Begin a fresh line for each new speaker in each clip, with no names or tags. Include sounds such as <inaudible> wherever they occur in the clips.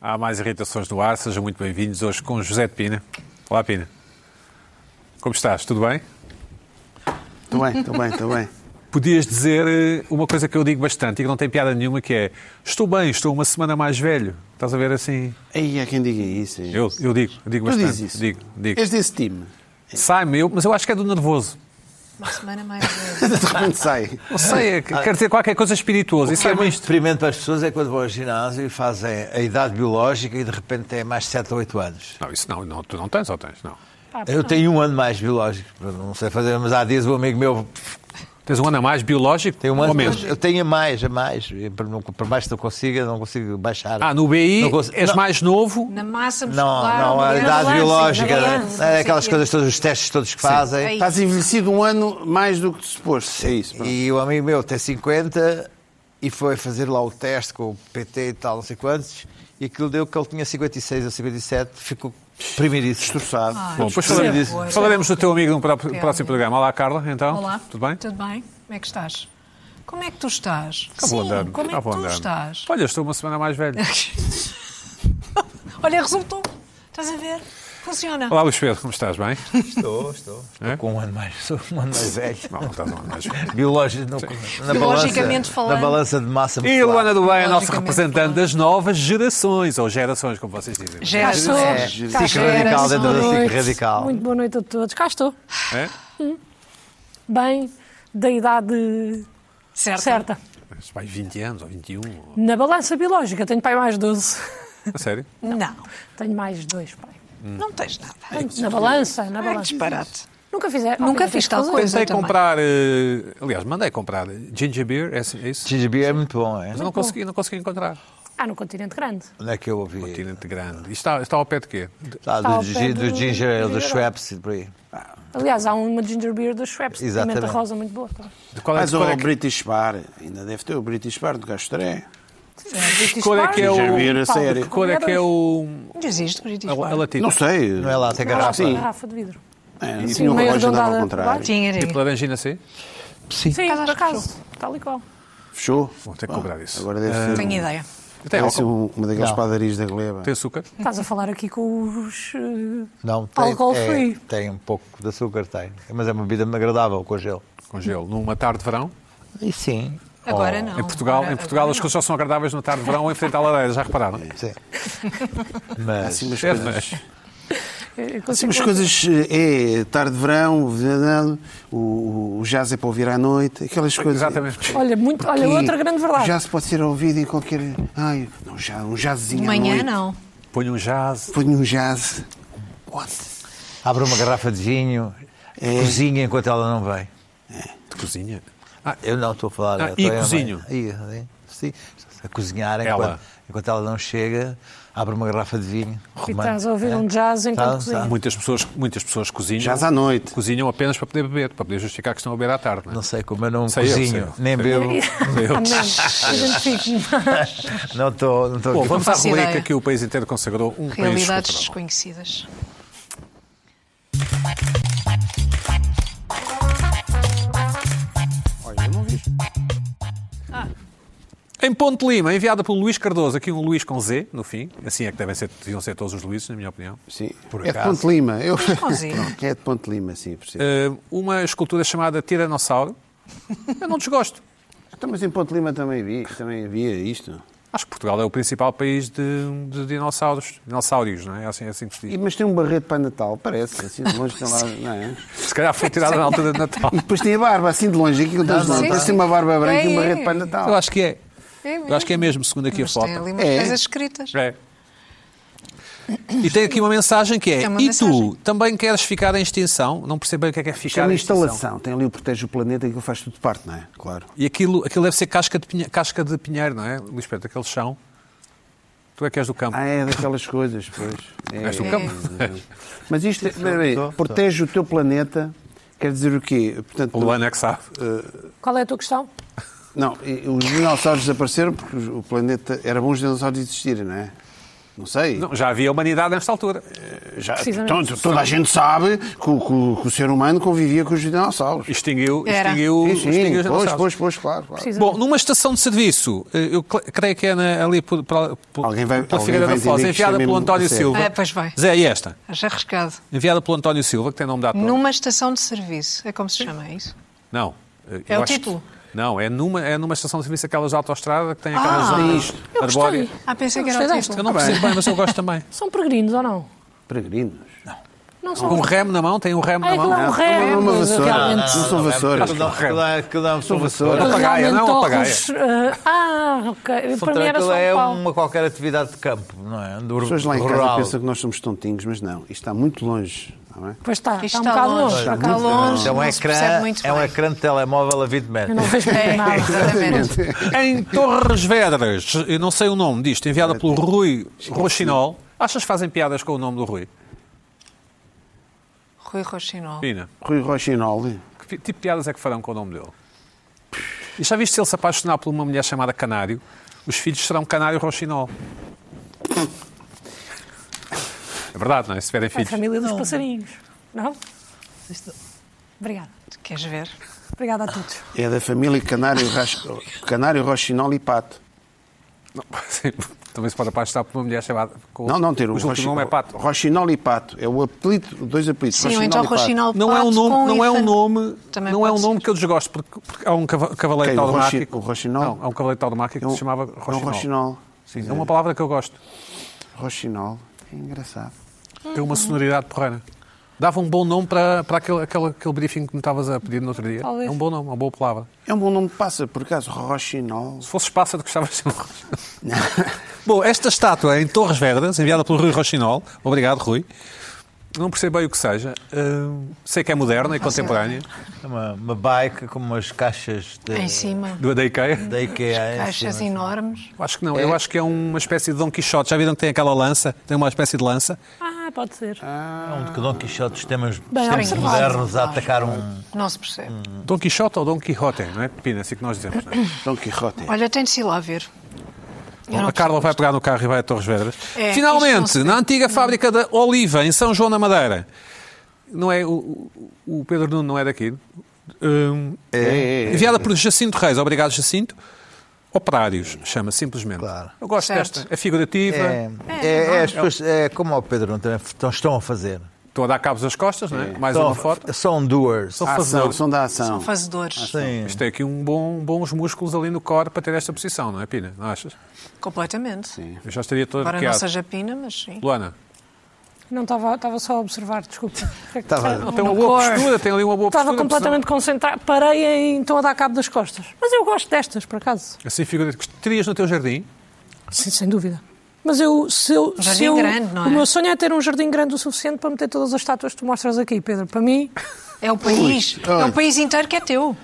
Há mais irritações no ar, sejam muito bem-vindos hoje com José de Pina. Olá, Pina. Como estás? Tudo bem?
Estou bem, estou bem, estou bem.
Podias dizer eh, uma coisa que eu digo bastante e que não tem piada nenhuma, que é estou bem, estou uma semana mais velho. Estás a ver assim?
<laughs> Aí há quem diga isso. hein?
Eu, eu digo, eu digo
tu
bastante.
dizes isso.
Digo, digo.
És desse time. <laughs>
Sai-me eu, mas eu acho que é do nervoso.
Uma semana mais velha.
De repente sai.
Não sei, é
Ah.
que- quer dizer qualquer coisa espirituosa. Isso
que é
é
muito
isto.
experimento para as pessoas é quando vão ao ginásio e fazem a idade biológica e de repente têm mais de 7 ou 8 anos.
Não, isso não, não, tu não tens ou tens? Não.
Eu tenho um ano mais biológico, não sei fazer, mas há dias um amigo meu
Tens um ano a mais biológico
tem um ano.
ou menos?
Eu tenho a mais, a mais. E Por não- por mais que eu consiga, não consigo baixar.
Ah, no BI
Não consigo-
és
não.
mais novo.
Na massa
Não,
muscular.
não, a
na
idade
balança,
biológica,
na balança,
é
não sei
aquelas
quê.
coisas todas, os testes todos que fazem.
Aí.
Estás envelhecido um ano mais do que suposto. É isso. pronto.
E o amigo meu tem 50 e foi fazer lá o teste com o PT e tal, não sei quantos, e aquilo deu que ele tinha 56 ou 57, ficou primeiríssimo.
Destroçado.
Bom, depois
Sim,
falaremos,
sim.
falaremos do teu amigo no pró-
Sim.
próximo programa. Olá, Carla, então.
Olá.
Tudo bem?
Tudo bem? Como é que estás? Como é que tu estás?
Cá vou
Sim,
andando,
como é
cá
que
vou
tu
andando.
estás? <laughs>
Olha, estou uma semana mais velho.
Olha, resultou. Estás a ver? Funciona.
Olá, Luís Pedro, como estás? Bem?
Estou, estou.
É?
Com um ano mais, sou um ano mais velho.
Não, não estás um ano mais velho.
Biológico, no, na
Biologicamente
balança,
falando.
Na balança de massa
E
muscular.
Luana do Bem é a nossa
Logicamente
representante
falando.
das novas gerações, ou gerações, como vocês dizem.
Já sou.
É,
Cá
ciclo radical dentro da ciclo radical.
Muito boa noite a todos. Cá estou.
É?
Bem, da idade
Certo.
certa.
Mas vai 20 anos, ou 21, ou...
Na balança biológica, tenho pai mais 12.
A sério?
Não,
Tenho mais dois, pai.
Hum.
não tens nada.
Na balança, na
Ai, que
balança.
disparate.
Nunca fizer.
Nunca fiz tal coisa.
Tentei
também.
comprar, eh, aliás, mandei comprar ginger beer, é assim- é isso?
Ginger beer é muito bom, é?
Mas não consegui, não consegui encontrar.
Ah, no continente grande.
Onde é que eu ouvi?
Continente grande. E está, está ao pé de quê?
Ah,
Está ao
do,
pé
do,
do-
ginger ale,
do
do Schweppes e por aí.
Aliás, há uma ginger beer dos Schweppes de pimenta
Exatamente.
rosa muito boa. também.
De qual é,
Mas
de qual
o
é que-
British Bar, ainda deve ter o British Bar do Castré.
British
cor é
Bar.
que é o-
Ginger beer, a
Paulo,
sério.
que cor é que é o...
Não existe, British
A, a
Bar.
latita?
Não sei.
Não é lá, tem garrafa.
Sim.
Garrafa de vidro.
É,
Sim,
tinha um
meio
relógio andava
arredondada
ao
de
contrário.
baixo.
Tinha,
Tipo laranjina assim?
Sim,
Casa
por
acho que
acaso. Tal e qual.
Fechou?
Vou ter que
Ah,
cobrar isso.
Agora deve ser.
hum,
Tenho ideia.
Tem
Deve ser
álcool?
um- uma daquelas
Não.
padarias da Gleba.
Tem açúcar?
Estás a falar aqui com os. eh,
Não, tem,
Alcohol
é,
free.
tem um pouco de açúcar, tem. Mas é uma bebida agradável com gelo.
Com gelo. Numa tarde de verão?
E sim.
Agora
Oh,
não.
em Portugal,
Agora-
em Portugal
agora
as coisas só são agradáveis numa tarde de verão em frente à lareira, já repararam?
Sim. Mas
Assim umas
Certo,
coisas.
mas-
eh,
Assim,
Sim, mas
consigo-
coisas. eh, É tarde de verão, verão, o, o jazz é para ouvir à noite, aquelas coisas.
Exatamente.
Olha, muito, olha,
Que
outra grande verdade.
Já se pode ser ouvido em qualquer. Ai, não, já, um jazzinho.
De
à
manhã
noite.
não.
Põe um jazz.
Ponho um jazz. What?
abre uma garrafa de vinho, cozinha enquanto ela não vem.
É.
De cozinha.
Eu não estou a falar.
Ah,
eu
e
estou a-
cozinho?
Aí, aí, sim. A cozinhar
Ela.
enquanto, enquanto ela não chega, abre uma garrafa de vinho.
E
romântico.
estás a ouvir um jazz
Tá,
enquanto
tá.
<laughs>
cozinha.
Muitas pessoas, muitas pessoas cozinham.
Jazz à noite.
Cozinham apenas para poder beber, para poder justificar que estão a beber à tarde. Não,
Não
é?
sei como eu não
Sei eu, sei
cozinho,
eu,
nem bebo.
Identifico-me.
Não estou não estou
Bom,
aqui.
vamos à
faço
rubrica
ideia.
que o país inteiro consagrou um país
Realidades
cultural.
desconhecidas.
Em Ponte Lima, enviada pelo Luís Cardoso, aqui um Luís com Z, no fim. Assim é que devem ser, deviam ser todos os Luíses, na minha opinião.
Sim.
Por
é de
acaso.
Ponte Lima. Eu...
Escondido.
<laughs> Pronto, É de Ponte Lima, sim, por cima.
Eh, uma escultura chamada Tiranossauro. Eu não desgosto.
Então, mas em Ponte Lima também, vi, também havia isto.
Acho que Portugal é o principal país de, de dinossauros. Dinossauros, não é? É assim, é assim que se
E,
diz.
mas tem um barreto para Natal, parece, assim de longe, tem
<laughs>
lá, não é?
Se calhar foi tirado na altura de Natal.
E depois tem a barba, assim de longe, aqui que eu estou a
Sim,
dizer, parece
sim.
uma barba branca e um
É, é.
barreto para
Eu
Natal.
acho que é. Eu acho que é mesmo, segundo aqui a
Mas
foto.
tem ali umas
É.
coisas escritas.
É. E tem aqui uma mensagem que é,
É uma
e tu
mensagem.
também queres ficar em extinção? Não percebo bem o que é que é ficar
Chama
em extinção.
instalação, tem ali o Protege o Planeta, que faz tudo parte, não é? Claro.
E aquilo, aquilo deve ser casca de, pinhe- casca de pinheiro, não é, Luís Pedro? Aquele chão. Tu é que és do campo.
Ah, é daquelas coisas, pois. É,
És do
é.
campo.
Mas isto, espera aí,
sou, sou.
protege o teu planeta, quer dizer o quê? Portanto,
O <laughs> Luana é que sabe.
Qual é a tua questão?
Não, e os dinossauros desapareceram porque os- o planeta. Era bom os dinossauros existirem, não é? Não sei.
Não, já havia humanidade nesta altura.
Já-
Precisamente.
toda, toda a gente sabe que, o- que o- que o ser humano convivia com os dinossauros.
Extinguiu,
Era.
extinguiu,
Sim, sim,
extinguiu os
pois,
dinossauros.
pois, pois, claro. claro.
Precisa-
Bom, numa estação de serviço, eh, eu cre- creio que é na- ali por, por, por,
Alguém vai-
pela
alguém
Figueira
vai
da Foz,
entender que isto é
enviada pelo
mesmo
António
a sério.
Silva.
Ah, pois vai.
Zé, e esta?
Acho é arriscado.
Enviada pelo António Silva, que tem nome de ator.
Numa estação de serviço. É como se chama é isso?
Não. eh,
É
eu
o
acho que-
título?
Não, é numa, é numa estação de serviço, aquelas de autoestrada que tem aquelas
Ah,
zonas
Eu
arbóreas.
gostei.
Ah, pensei
Eu
que era o
gostei
título.
Eu não percebo bem, mas eu gosto também.
São peregrinos ou não?
Peregrinos. Não,
Não são.
Com um remo na mão, tem um remo
Ai,
na
aquilo é um
mão.
ré.
é uma
mas
vassoura.
realmente-
Não são vassouras.
Aquilo dá-
é
aquilo dá- aquilo é um dá- São
Não,
vassouras.
Eles
papagaia, não, é um
realmente
papagaia.
torres, eh, Ah, ok. Para mim era um
Aquilo
São
é
Paulo.
uma qualquer atividade de campo, não é? Do
As pessoas lá em casa
rural.
pensam que nós somos tontinhos, mas não. Isto está muito longe. Não é?
Pois está,
Isto
está um bocado longe.
está
por acaso.
longe.
É um
não se percebe
ecrã,
muito
é um
bem.
ecrã de telemóvel a 20 metros.
Eu não
<laughs>
vejo
<laughs>
bem
É,
nada.
exatamente.
Em Torres Vedras, eu não sei o nome disto, enviada pelo Rui Rochinol. Achas que fazem piadas com o nome do Rui?
Rui Rochinol.
Pina,
Rui Rochinoli.
que pi- tipo de piadas é que farão com o nome dele? E já viste se ele se apaixonar por uma mulher chamada Canário? Os filhos serão Canário Rochinol. É verdade, não é? Se tiverem
É a
filhos.
família dos passarinhos. Não? Obrigada.
Queres ver?
Obrigada a todos.
É da família Canário, Ras... Canário Rochinoli e Pato.
Não, <laughs> sim, Também se pode apaixonar por uma mulher chamada. Com...
Não, não, ter o
Mas o último nome é Pato.
Rochinoli e Pato. É o apelido, dois apelidos.
Sim, ou então
e Pato.
Rochinol
Não é um
Pato
nome,
com
não é um
hífen.
nome,
Também
não é um
pode
nome
ser.
que eu desgosto, porque, porque há um cava- cavaleiro
Quem? O Rochi-
tauromáquico.
o Rochinol?
Não, há um cavaleiro tauromáquico que
É um-
se chamava
É um
Rochinol.
Rochinol.
Sim, é uma palavra que eu gosto.
Rochinol. É engraçado.
Tem uma sonoridade porreira. Dava um bom nome para, para aquele, aquele, aquele briefing que me estavas a pedir no outro dia.
Talvez.
É um bom nome, uma boa palavra.
É um bom nome de pássaro, por acaso. Rochinol.
Se fosses pássaro, gostavas de ser um Rochinol. Bom, esta estátua em Torres Vedras, enviada pelo Rui Rochinol. Obrigado, Rui. Não percebo bem o que seja. Hum, sei que é moderna e contemporânea.
É Uma, uma bike com umas caixas de,
É.
Em cima.
Do, da IKEA.
da
é
IKEA. em
Caixas
cima.
enormes.
Acho que não, eu acho que é uma espécie de Dom Quixote. Já viram que tem aquela lança? Tem uma espécie de lança.
Ah, pode ser.
É um de Dom Quixote, os temas, temas
observado.
modernos a atacar um.
Não se percebe.
Dom Quixote ou Dom Quixote, não é? Pina, assim que nós dizemos. Não é?
Dom Quixote.
Olha, tem de se ir lá ver. Eu não
A Carla vai pegar no carro e vai a Torres Vedras.
É, isto não
Finalmente,
se
na antiga fábrica da Oliva, em São João da Madeira. Não é, o, o o Pedro Nuno não é daqui. Hum,
é, é.
enviada por Jacinto Reis. Obrigado, Jacinto. Operários, chama simplesmente.
Claro.
Eu gosto
Certo.
desta. É figurativa.
É, é, é, as pessoas, é como o Pedro não tem- estão, estão a fazer.
Estão a dar cabos às costas, não é? Mais
Estão
uma
a-
foto.
São doers.
São
Ação,
fazedores.
são da
Hum.
ação.
Fazedores.
Sim.
Isto tem aqui um bom, bons músculos ali no core para ter esta posição, não é, Pina? Não achas?
Completamente. Sim.
Eu já estaria todo
Embora não
arqueado.
seja pina, mas sim.
Luana,
Não estava estava só a observar, desculpa.
Estava-
tem uma Então, boa postura, tem ali uma boa
Estava
postura.
completamente concentrado. Parei em então a dar cabo das costas. Mas eu gosto destas, por acaso.
Assim figura. Terias no teu jardim?
Sim, sem dúvida. Mas eu, se eu,
Um
se
jardim
eu-
grande, não é?
o meu sonho é ter um jardim grande o suficiente para meter todas as estátuas que tu mostras aqui, Pedro. Para mim,
É o país.
Ui, ui.
É o país inteiro que é teu.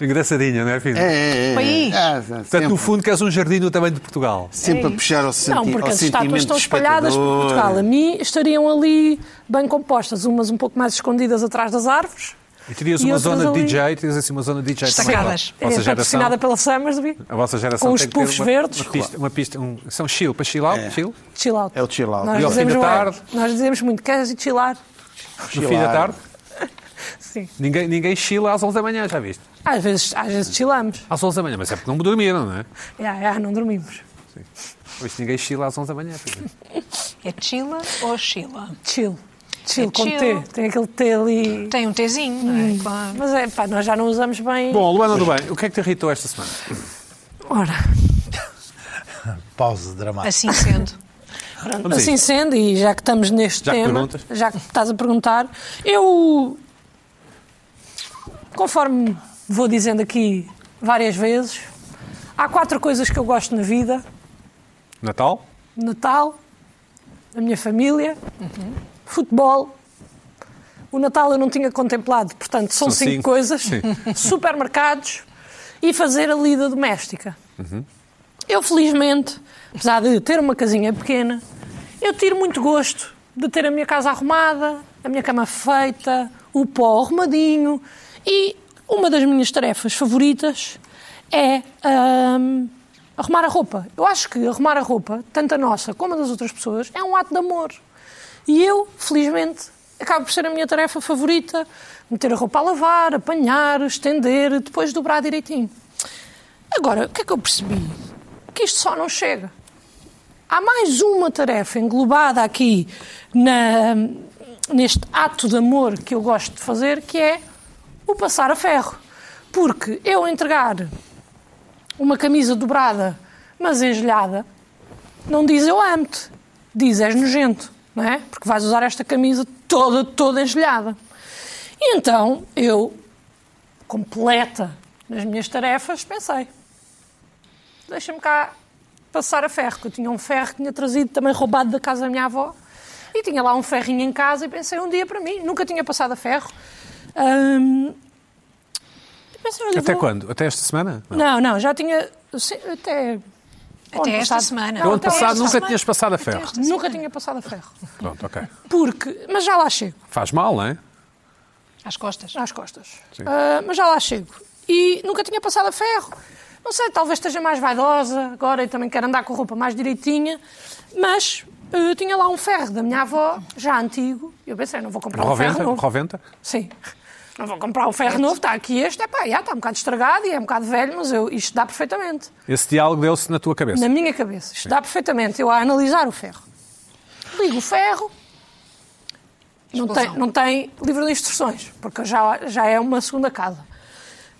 Engraçadinha, não é, Pina?
É, é, é.
País.
Ah, ah, sempre,
Portanto, no fundo, queres um jardim do tamanho de Portugal.
sempre a puxar ao, senti
É não,
ao
porque as estátuas
sentimento
estão
do
espalhadas por
espectador. é
Portugal. é A mim estariam ali bem compostas, umas um pouco mais escondidas atrás das árvores.
E terias
E
uma
outras
zona de
ali-
DJ, terias assim uma zona de DJ
Destacadas.
também. A vossa
é patrocinada
geração.
pela Summersby.
A vossa geração
Com os
tem que ter
puffs
uma,
verdes.
Uma pista, uma pista um, são chill, para chill out, chill? No
Chill out.
É o chill out.
Nós
E ao fim
dizemos,
da
muito-
tarde?
nós dizemos muito, queres ir chilar?
fim da tarde.
Sim.
Ninguém, ninguém chila às 11 da manhã, já viste?
Às vezes, às vezes chilamos.
Às 11 da manhã, mas é porque não dormiram, não é?
Já, já, não dormimos.
Por isso ninguém chila às 11 da manhã. Pina.
É Chila ou Chila?
Chill. Chill,
É
com
chill.
T. Tem aquele T ali.
Tem um Tzinho, não
Hum.
é? Claro.
Mas é, pá, nós já não usamos bem.
<laughs> Bom, Luana do Bem, o que é que te irritou esta semana?
Ora,
Pausa dramática.
Assim sendo.
pronto,
Vamos a
assim
isto.
sendo, e já que estamos neste
Já que
tema,
perguntas.
já que estás a perguntar, eu, conforme vou dizendo aqui várias vezes, há quatro coisas que eu gosto na vida:
Natal?
Natal, a minha família, futebol. O Natal eu não tinha contemplado, portanto, são,
São
cinco,
cinco.
coisas.
Sim.
Supermercados e fazer a lida doméstica. Eu, felizmente, apesar de ter uma casinha pequena, eu tiro muito gosto de ter a minha casa arrumada, a minha cama feita, o pó arrumadinho. E uma das minhas tarefas favoritas é hum, Arrumar a roupa. Eu acho que arrumar a roupa, tanto a nossa como a das outras pessoas, é um ato de amor. E eu, felizmente, acaba por ser a minha tarefa favorita: meter a roupa a lavar, apanhar, estender, depois dobrar direitinho. Agora, o que é que eu percebi? Que isto só não chega. Há mais uma tarefa englobada aqui na- neste ato de amor que eu gosto de fazer, que é o passar a ferro. Porque eu entregar uma camisa dobrada, mas engelhada, não diz eu amo-te, diz és nojento, não é? Porque vais usar esta camisa toda, toda engelhada. E então eu, completa nas minhas tarefas, pensei, deixa-me cá passar a ferro, que eu tinha um ferro que tinha trazido também roubado da casa da minha avó e tinha lá um ferrinho em casa e pensei um dia para mim, nunca tinha passado a ferro. Hum, e pensei, olha,
Até
vou-
quando? Até esta semana? Não.
Uhum. Não, não, já tinha sim, até
Até
Ano
esta
passado.
semana.
Eu
Eu ano
até
passado
esta
nunca
semana.
tinhas passado a ferro.
nunca tinha passado a ferro.
Pronto, ok.
Porque, mas já lá chego.
Faz mal, não é?
Às costas.
às costas.
Sim.
Ah, mas já lá chego. E nunca tinha passado a ferro. Não sei, talvez esteja mais vaidosa agora e também quero andar com a roupa mais direitinha. Mas eu tinha lá um ferro da minha avó, já antigo. E eu pensei, não vou comprar um ferro
Roventa?
novo.
Roventa?
Sim. Não vou comprar um ferro novo, está aqui este. É pá, já está um bocado estragado e é um bocado velho, mas eu, isto dá perfeitamente.
Esse diálogo deu-se na tua cabeça.
Na minha cabeça. Isto dá perfeitamente. Eu a analisar o ferro. Ligo o ferro. Não tem,
Explosão.
não tem livro de instruções, porque já, já é uma segunda casa.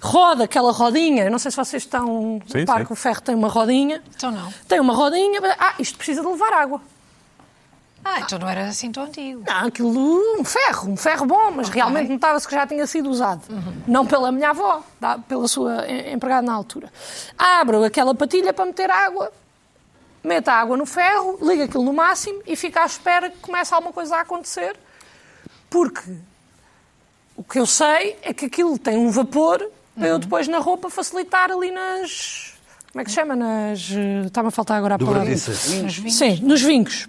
Roda aquela rodinha. eu Não sei se vocês estão
Sim,
a par
sim.
que o ferro tem uma rodinha.
Então não.
Tem uma rodinha. mas- Ah, isto precisa de levar água.
Ah, então não era assim tão antigo.
Não, aquilo, um ferro, um ferro bom, mas realmente notava-se que já tinha sido usado. Não pela minha avó, da- pela sua em- empregada na altura. Abro aquela patilha para meter água, meto a água no ferro, ligo aquilo no máximo e fico à espera que comece alguma coisa a acontecer, porque o que eu sei é que aquilo tem um vapor para eu depois na roupa facilitar ali nas. Como é que se chama? Nas. eh, Está-me a faltar agora a palavra.
Nos vinhos.
Sim, nos vincos.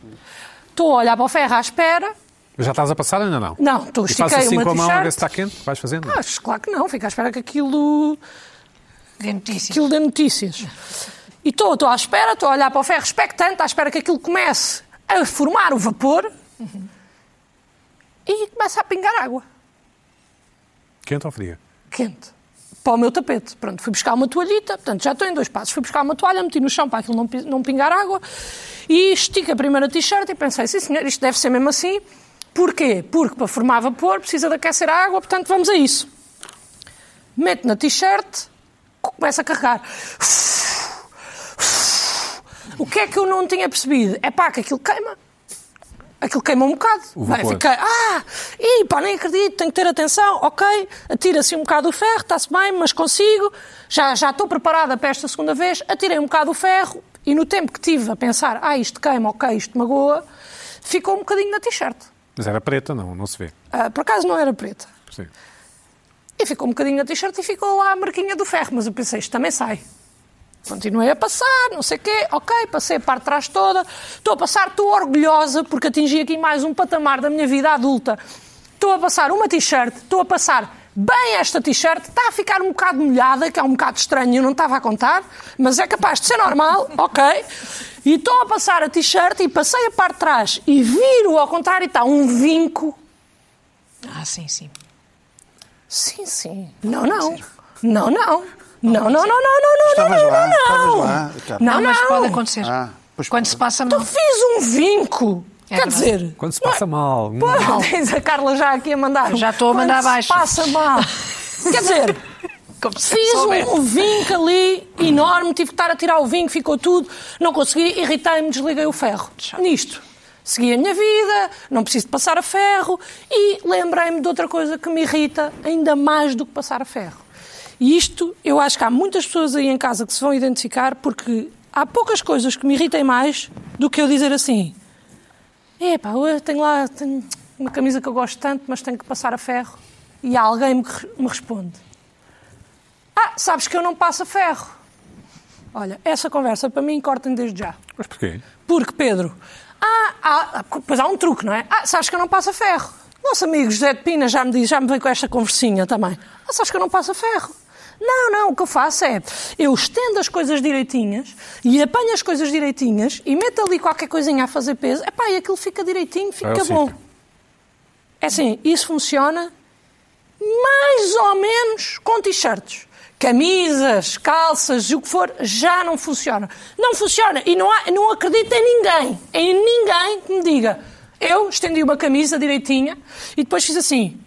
Estou a olhar para o ferro à espera.
Mas já estás a passar ainda não?
Não, estou,
E fazes
estiquei
assim
uma
com a mão a ver se
t-shirt. Ah.
está quente? Vais fazendo?
Acho, claro que não, fico à espera que aquilo,
De notícias.
aquilo dê notícias. E estou, estou à espera, estou a olhar para o ferro expectante, à espera que aquilo comece a formar o vapor e começa a pingar água
Quente ou fria?
quente para o meu tapete. Pronto, fui buscar uma toalhita, portanto já estou em dois passos. Fui buscar uma toalha, meti no chão para aquilo não, pi- não pingar água e estico a primeira t-shirt e pensei, sim senhor, isto deve ser mesmo assim. Porquê? Porque para formar vapor precisa de aquecer a água, portanto vamos a isso. Meto na t-shirt, co- começo a carregar. O que é que eu não tinha percebido? É pá, que aquilo queima. Aquilo queima um bocado.
O
Bem,
vapor.
fiquei, ah, e pá, nem acredito, tenho que ter atenção, ok, atira-se um bocado o ferro, está-se bem, mas consigo, já, já estou preparada para esta segunda vez, atirei um bocado o ferro e no tempo que tive a pensar, ah, isto queima, ok, isto magoa, ficou um bocadinho na t-shirt.
Mas era preta, não, não se vê.
Ah, por acaso não era preta.
Sim.
E ficou um bocadinho na t-shirt e ficou lá a marquinha do ferro, mas eu pensei, isto também sai. Continuei a passar, não sei o quê, ok, passei a parte de trás toda, estou a passar, estou orgulhosa porque atingi aqui mais um patamar da minha vida adulta. Estou a passar uma t-shirt, estou a passar bem esta t-shirt, está a ficar um bocado molhada, que é um bocado estranho, eu não estava a contar, mas é capaz de ser normal, <laughs> ok. E estou a passar a t-shirt e passei a parte de trás e viro ao contrário e está um vinco
Ah, sim, sim.
Sim, sim. Não, não. Não, não. Não, não, não, não, não, não,
Estavas
não,
lá, estavas
não,
lá,
não.
Ricardo.
Não,
Não, mas pode
não.
acontecer.
Ah, pois
Quando
pode.
se passa mal.
Fiz um vinco.
É
Quer
verdade.
dizer,
Quando se passa mal. hum,
pô, <laughs> tens a Carla já aqui a mandar.
Eu já estou a
Quando
mandar
se
abaixo. <laughs>
Passa mal. Quer dizer,
Como se
fiz
soubesse.
um, um vinco ali enorme, tive que estar a tirar o vinco, ficou tudo, não consegui, irritei-me, desliguei o ferro. Nisto. Segui a minha vida, não preciso de passar a ferro e lembrei-me de outra coisa que me irrita ainda mais do que passar a ferro. E isto, eu acho que há muitas pessoas aí em casa que se vão identificar porque há poucas coisas que me irritem mais do que eu dizer assim: Epá, eu tenho lá tenho uma camisa que eu gosto tanto, mas tenho que passar a ferro. E há alguém me que me responde: Ah, sabes que eu não passo a ferro. Olha, essa conversa para mim cortem desde já.
Mas porquê?
Porque, Pedro, ah, há, pois há um truque, não é? Ah, sabes que eu não passo a ferro. Nosso amigo José de Pina já me, diz, já me veio com esta conversinha também. Ah, sabes que eu não passo a ferro. Não, não, o que eu faço é, eu estendo as coisas direitinhas e apanho as coisas direitinhas e meto ali qualquer coisinha a fazer peso, epá, e aquilo fica direitinho, fica
É o
bom.
sítio.
É assim, isso funciona mais ou menos com t-shirts. Camisas, calças e o que for, já não funciona. Não funciona e não, há- não acredito em ninguém, em ninguém que me diga. Eu estendi uma camisa direitinha e depois fiz assim.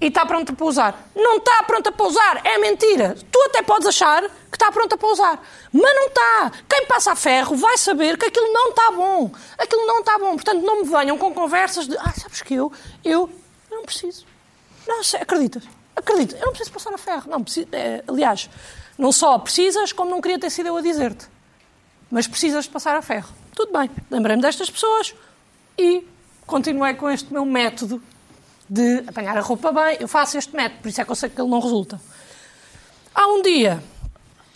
e está pronta para usar. Não está pronta para usar, é mentira. Tu até podes achar que está pronta para usar, mas não está. Quem passa a ferro vai saber que aquilo não está bom. Aquilo não está bom. Portanto, não me venham com conversas de ah, sabes que eu, eu não preciso. Não, se- acreditas? Acredito, eu não preciso passar a ferro. Não, preciso, eh, aliás, não só precisas, como não queria ter sido eu a dizer-te. Mas precisas de passar a ferro. Tudo bem, lembrei-me destas pessoas e continuei com este meu método de apanhar a roupa bem. Eu faço este método, por isso é que eu sei que ele não resulta. Há um dia,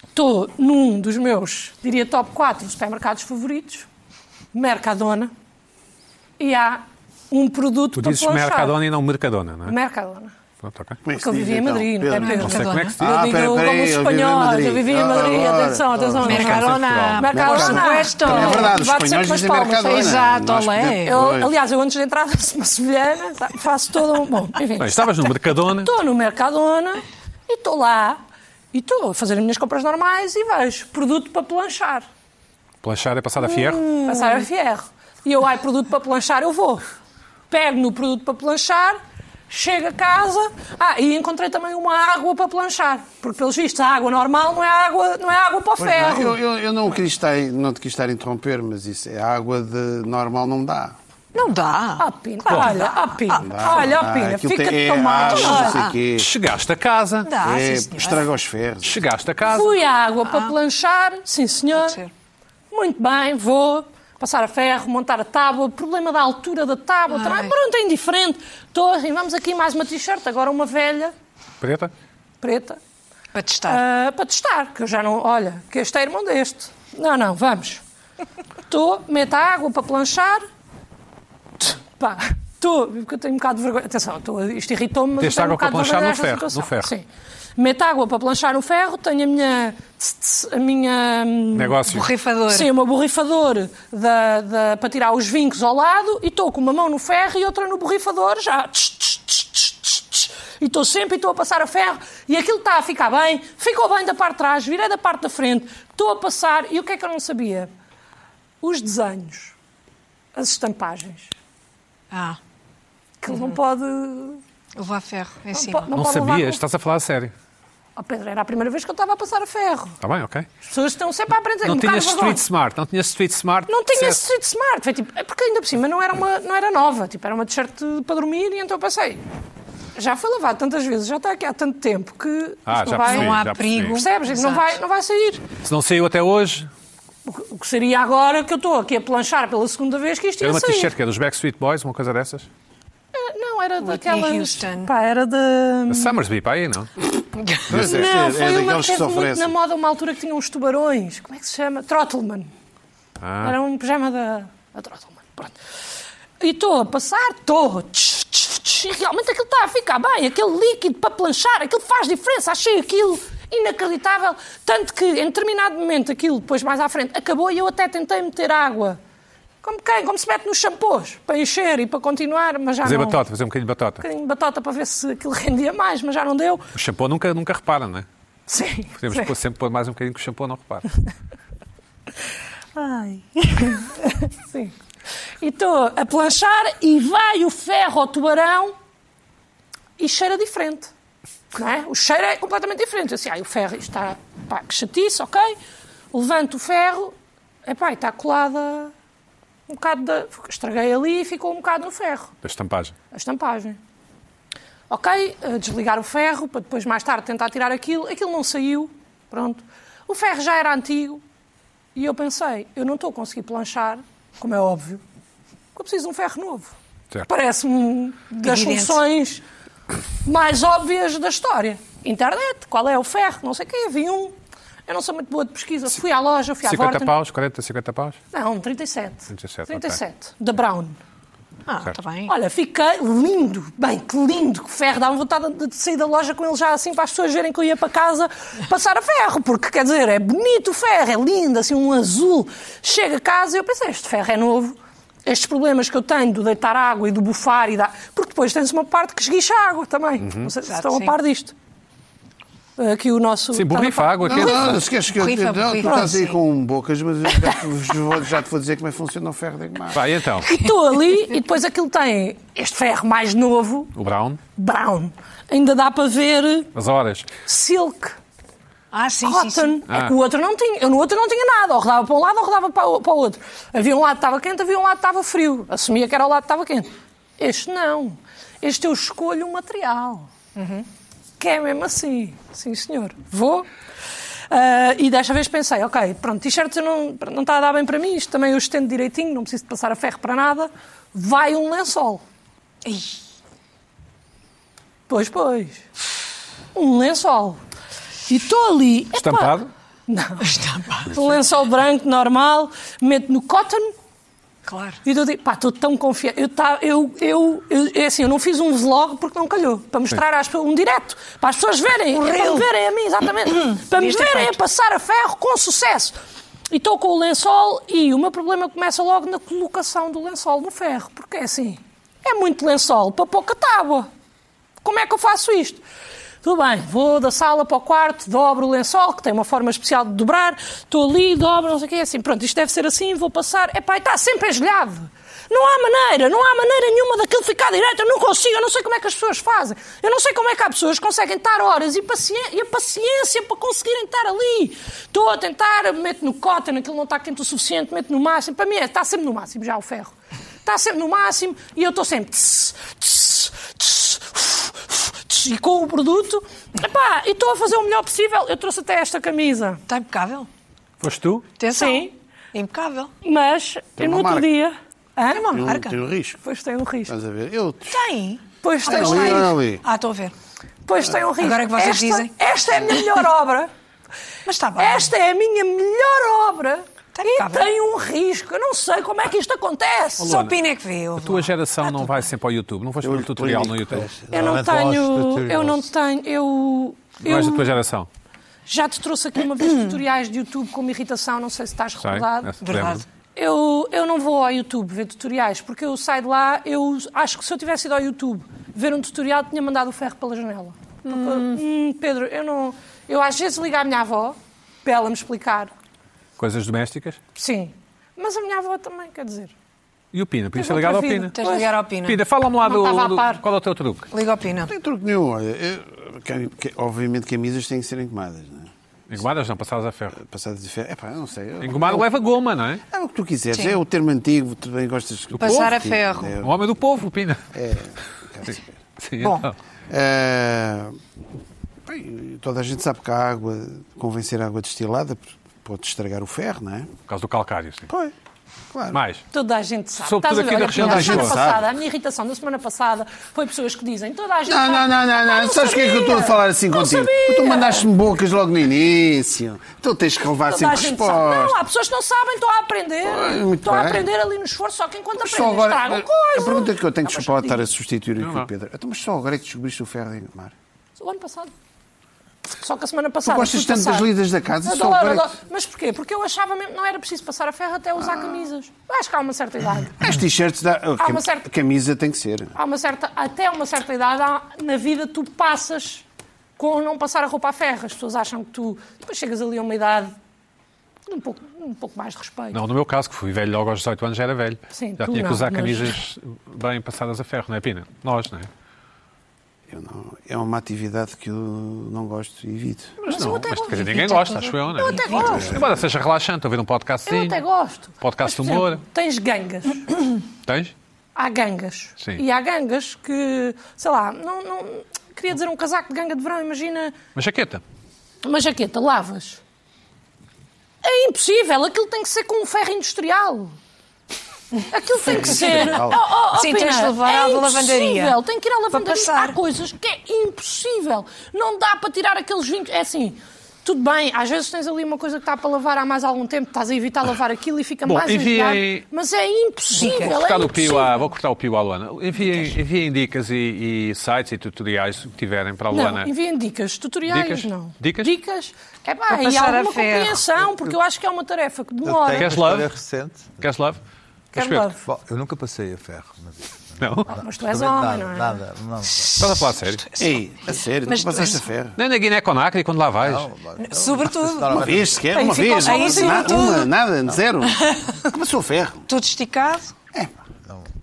estou num dos meus, diria top 4 supermercados favoritos, Mercadona, e há um produto
Tu
para
dizes
planchar.
Mercadona e não Mercadona, não é?
Mercadona.
Pronto, ok.
Como é que
Porque eu
se diz,
vivia em
então,
Madrid, não é
Pedro?
Pedro?
Não sei como é que se diz.
Ah,
Eu digo
pera- pera aí,
como os
eu vivi em
espanhóis,
Madrid.
eu vivia em
Ah,
Madrid,
agora.
atenção, atenção.
Mercadona.
Mercadona,
Mercadona.
por supuesto.
Também é verdade, os
Bate sempre
espanhóis
com as
dizem
palmas.
mercadona.
Exato,
Nós
olé.
É.
podemos-
Eu,
Pois.
aliás, eu antes de entrar <laughs> sou uma sevilhana, tá, faço todo um... Bom, enfim.
Bem, estavas no Mercadona.
Estou no Mercadona e estou lá e estou a fazer as minhas compras normais e vejo produto para planchar,
Planchar é passar a fierro.
Hum. passar a fierro. E eu, ai, produto para planchar, eu vou. Pego no produto para planchar, chego a casa, ah, e encontrei também uma água para planchar, porque pelos vistos a água normal não é água, não é água para o
Pois não,
ferro.
Eu, eu, eu não, quis estar, não te quis estar a interromper, mas isso é água de normal não dá.
Não dá.
Ah, Pina, olha, ah, Pina, olha, ah,
Ah,
Pina,
aquilo
fica Ah,
tem- é
tomado.
água,
Olha,
não sei o quê.
Chegaste a casa.
Dá,
ah,
É,
sim, senhora.
estraga os ferros.
Chegaste a casa.
Fui à água para planchar, sim senhor.
Pode ser.
Muito bem, vou passar a ferro, montar a tábua, problema da altura da tábua,
Ai.
também, pronto, é indiferente. Estou assim, vamos aqui mais uma t-shirt, agora uma velha,
Preta.
preta,
Para testar.
ah, para testar, que eu já não, olha, que este é irmão deste. Não, não, vamos. Estou, meto a água para planchar, pá, estou, porque eu tenho um bocado de vergonha, atenção, estou- isto irritou-me, mas eu
Teste
tenho um
água para
bocado de
planchar
vergonha
no
desta
ferro, no
situação. Sim. Meto água para planchar no ferro, tenho a minha, a minha... hum,
Negócio.
Borrifador.
Sim, uma borrifador da, da- para tirar os vincos ao lado e estou com uma mão no ferro e outra no borrifador, já. Tch, tch, tch, tch, tch, tch. E estou sempre e estou a passar a ferro e aquilo está a ficar bem, ficou bem da parte de trás, virei da parte da frente, estou a passar e o que é que eu não sabia? Os desenhos, as estampagens,
Ah,
que ele não pode.
levar ferro em
Não,
cima.
po-
Não
pode levar
sabias,
com-
estás a falar a sério.
Oh, Pedro, era a primeira vez que eu estava a passar a ferro.
Está bem, ok.
As pessoas estão sempre a aprender.
Não
um bocado
tinhas
de
Street
vergonha.
Smart, não tinhas Street Smart.
Não tinha
disseste-
street smart. Foi, tipo, é porque ainda por cima não era, uma, não era nova. Tipo, era uma t-shirt para dormir e então eu pensei. Já foi lavado tantas vezes, já está aqui há tanto tempo que
Ah,
isto
já
não vai.
percebi,
Não há
já
perigo.
percebi.
Percebes? Isto Não
Exato.
vai, não vai sair.
Se não saiu até hoje,
O que- O que seria agora que eu estou aqui a planchar pela segunda vez que isto
era
ia
uma
sair.
t-shirt que é dos Backstreet Boys, uma coisa dessas.
Ah, Não, era
Whitney
daquelas.
Houston.
Pá, era de.
A Summersby, pá, aí não.
Pois é,
Não,
é
foi uma que
daqueles que se
teve muito na
oferecem.
moda uma altura que tinha uns tubarões. Como é que se chama? Trottleman.
Ah.
Era um pijama da, da Trottleman. Pronto. E estou a passar, estou. tch, tch, tch, e Realmente aquilo está a ficar bem. Aquele líquido para planchar, aquilo faz diferença. Achei aquilo inacreditável. Tanto que em determinado momento aquilo, depois mais à frente, acabou e eu até tentei meter água. Como quem? Como se mete nos shampoos. Para encher e para continuar, mas já
Fazer
não...
batota, fazer um bocadinho de
Um
batota.
bocadinho de batota para ver se aquilo <laughs> rendia mais, mas já não deu.
O shampoo nunca, nunca repara, não é?
Sim.
Podemos
sim.
pôr- sempre pôr mais um bocadinho que o shampoo não repara.
Ai. Sim. E estou Então, a planchar e vai o ferro ao tubarão e cheira diferente. Não é? O cheiro é completamente diferente. Eu Assim, ai, o ferro isto está. Pá, que chatice, ok? Levanto o ferro, epá, e está colada um bocado da. Estraguei ali e ficou um bocado no ferro
Da estampagem.
a estampagem. Ok, eh, desligar o ferro para depois mais tarde tentar tirar aquilo. Aquilo não saiu, pronto. O ferro já era antigo e eu pensei, eu não estou a conseguir planchar, como é óbvio, porque eu preciso de um ferro novo.
Certo.
Parece-me um das
Evidente.
soluções mais óbvias da história. Internet, qual é o ferro? Não sei o quê, havia um. Eu não sou muito boa de pesquisa. Fui à loja, fui à
50
Vorten.
paus, 40, 50 paus.
Não, 37.
37,
37, da Brown.
Ah,
Certo.
está bem.
Olha, fiquei lindo, bem, que lindo, que ferro. Dava-me vontade de sair da loja com ele já assim para as pessoas verem que eu ia para casa passar a ferro, porque quer dizer, é bonito o ferro, é lindo, assim um azul. Chega a casa e eu pensei, este ferro é novo. Estes problemas que eu tenho de deitar água e de bufar e dar. Porque depois tem-se uma parte que esguicha água também. Não
Uhum.
sei se
Exato,
estão
sim.
a par disto. Aqui o nosso.
Sim, borrifa água. que é-
Não, esqueces que eu. não,
Rifa,
tu
rifa,
estás aí
sim.
com bocas, mas eu já te vou- já te vou dizer como é que funciona o ferro da Guimarães.
Vai, então.
E estou ali e depois aquilo tem este ferro mais novo,
O Brown,
brown. Ainda dá para ver
as horas.
silk.
Ah, sim, Ah. sim, sim.
Cotton. É que o outro não tinha. Eu no outro não tinha nada. Ou rodava para um lado ou rodava para o, para o outro. Havia um lado que estava quente, havia um lado que estava frio. Assumia que era o lado que estava quente. Este não. Este eu escolho o material.
Uhum.
Que é mesmo assim. Sim, senhor. Vou. Ah, e desta vez pensei, ok, pronto, t-shirts eu não, não está a dar bem para mim, isto também eu estendo direitinho, não preciso de passar a ferro para nada. Vai um lençol.
Ei,
Pois, pois. Um lençol. E estou ali. epá,
Estampado?
está tá, pá.
Um lençol branco, normal, meto no cotton
Claro.
e eu digo, pá, estou tão confiante. Eu, tá, eu, eu, eu- é assim, eu não fiz um vlog porque não calhou. Para mostrar às pessoas, um direto, para as pessoas verem. é para
reel.
me verem a mim, exatamente. para me
Devias ter
verem a
feito.
passar a ferro com sucesso. E estou com o lençol e o meu problema começa logo na colocação do lençol no ferro. Porque é assim, é muito lençol para pouca tábua. Como é que eu faço isto? Tudo bem, vou da sala para o quarto, dobro o lençol, que tem uma forma especial de dobrar, estou ali, dobro, não sei o que, é assim, pronto, isto deve ser assim, vou passar, epá, e está sempre esgelhado. Não há maneira, não há maneira nenhuma daquilo ficar direito, eu não consigo, eu não sei como é que as pessoas fazem, eu não sei como é que há pessoas que conseguem estar horas e, paciência, e a paciência para conseguirem estar ali. Estou a tentar, meto no cotton, aquilo não está quente o suficiente, meto no máximo, para mim é, está sempre no máximo já o ferro. Está sempre no máximo e eu estou sempre... tss, tss, tss, uf, uf, tss, e com o produto. Epá, e estou a fazer o melhor possível. Eu trouxe até esta camisa.
Está Tá impecável.
Foste tu?
Atenção.
Sim.
Impecável.
Mas
Tem uma
no outro
marca.
dia. Hã?
É uma
Eu
marca.
tenho risco.
Pois tem um risco.
Estás a ver? Eu.
Tem.
Pois tem
Olha
um
ali,
risco.
olha ali.
Ah, estou a ver.
Pois tem um risco.
Agora que vocês
esta,
dizem.
Esta é a minha melhor obra.
Mas está bem.
Esta é a minha melhor obra.
Tá
e
impecável.
tem um risco. Eu não sei como é que isto acontece.
Só o Pina é que vê. eu
A
vou.
tua
Ah,
geração não vai sempre ao YouTube? Não foste para um tutorial no YouTube?
Eu não tenho. Eu não tenho. Eu.
Não és da
eu-
tua geração?
já te trouxe aqui uma vez tutoriais de YouTube como irritação, não sei se estás
Sei.
recordado.
Essa-
Verdade.
lembro-me.
Eu, eu não vou ao YouTube ver tutoriais, porque eu saio de lá, eu acho que se eu tivesse ido ao YouTube ver um tutorial, tinha mandado o ferro pela janela. Porque, hum, Pedro, eu não. Eu às vezes ligo à minha avó para ela me explicar.
Coisas domésticas?
Sim. Mas a minha avó também, quer dizer.
E o Pina? Podia
Tens
ser ligado ao
outra
Pina.
vida.
Tens de ligar ao Pina.
Pina, fala-me lá
Não
do,
estava a
do-
par.
Qual é o teu truque?
Liga ao Pina.
Não tem truque nenhum. Olha, eu- que- que- obviamente camisas têm que ser engomadas, não é?
Engomadas não, passadas a ferro.
Passadas de ferro. Epá, eu não sei. eu-
Engomado leva goma, não é?
É o que tu quiseres.
Sim.
É o termo antigo. Tu bem gostas de
Passar a ferro.
Um homem do povo, o Pina.
É, quer
Sim.
saber.
Sim,
Bom.
então.
É, bem, toda a gente sabe que a água, convencer a água destilada, pode estragar o ferro, não é?
Por causa do calcário, sim.
Pois, claro.
Mais.
Toda a gente sabe.
Sobretudo
Estás a ver?
aqui na região
Olha, a
da
semana
Lisboa.
passada, a minha irritação da semana passada foi pessoas que dizem toda a gente
Não, não,
sabe.
não, não,
Ah,
não. Sabes o que é que eu estou a
sabia.
falar assim
não
contigo?
Sabia.
Tu mandaste-me bocas logo no início. Tu tens que levar assim
Toda a
sempre
gente sabe. Não,
resposta.
há pessoas que não sabem, estão a aprender.
muito
Estão a
bem.
aprender ali no esforço, só que enquanto
Mas só
aprendem,
agora. eh,
estragam coisas.
A pergunta que eu tenho que
Ah, mas
desculpar
digo,
estar a substituir aqui
Não, não.
o Pedro. Então, mas só agora é que descobriste o ferro de engomar.
O ano passado. Só que a semana
Tu
passada.
gostas
fui
tanto
passar.
das lidas da casa, só
Adoro,
agora. é
adoro.
que-
Mas porquê? Porque eu achava mesmo que não era preciso passar a ferro até usar camisas. Acho que há uma certa idade.
As t-shirts da. oh,
Há uma certa-
Camisa tem que ser.
Há uma certa, até uma certa idade há- na vida tu passas com não passar a roupa a ferro. As pessoas acham que tu. Depois chegas ali a uma idade. Um pouco, um pouco mais de respeito.
Não, no meu caso, que fui velho logo aos 18 anos, já era velho.
Sim,
já
tu
tinha que
não,
usar
mas-
camisas bem passadas a ferro, não é, Pina? Nós, não é?
Eu não- é uma atividade que eu não gosto e evito.
Mas,
eu até
mas
vou
quer dizer,
ver
ninguém
vídeo
gosta,
toda.
acho eu, não é?
Eu até gosto.
Embora seja relaxante ouvir um podcast
Eu até gosto.
Podcast
Mas,
de
por
humor.
exemplo, tens gangas.
Tens?
Há gangas.
Sim.
E há gangas que, sei lá, não, não- queria dizer um casaco de ganga de verão, imagina
Uma jaqueta.
uma jaqueta, lavas. É impossível, aquilo tem que ser com um ferro industrial. Aquilo tem que ser. Oh, oh, oh,
Sim, tens de
Pina,
levar
é
à lavandaria.
impossível, Tem que ir à
Para
lavandaria.
passar.
Há coisas que é impossível. Não dá para tirar aqueles 20. É assim, Tudo bem, às vezes tens ali uma coisa que está para lavar há mais algum tempo, estás a evitar lavar aquilo e fica
Bom,
mais
enviem-
enjoado. Mas é impossível.
Vou cortar
é
o pio à,
impossível.
vou cortar o pio à Luana. Enviem, enviem dicas e, e sites e tutoriais que tiverem para a Luana.
Não, enviem dicas. Tutoriais,
Dicas?
não.
Dicas?
Dicas. É pá,
Para
e
passar a
alguma
ferro.
compreensão, porque eu acho que é uma tarefa que
Eu tenho
demora.
uma
Queres love?
história recente.
Queres love?
Quero
Respeito.
love.
Bom, eu nunca passei a ferro. Mas,
Não?
Mas tu és homem,
nada,
não é?
nada, não.
Estás a falar sério?
Ei, a sério,
Mas
tu passaste
tu-
a ferro.
Nem na Guiné-Conakry, quando lá vais.
Sobretudo,
Uma vez sequer,
Aí
é uma
ficou
vez.
só
uma-
isso, né?
na-
tudo.
uma, nada,
<laughs>
zero. Começou a ferro. É.
tudo esticado.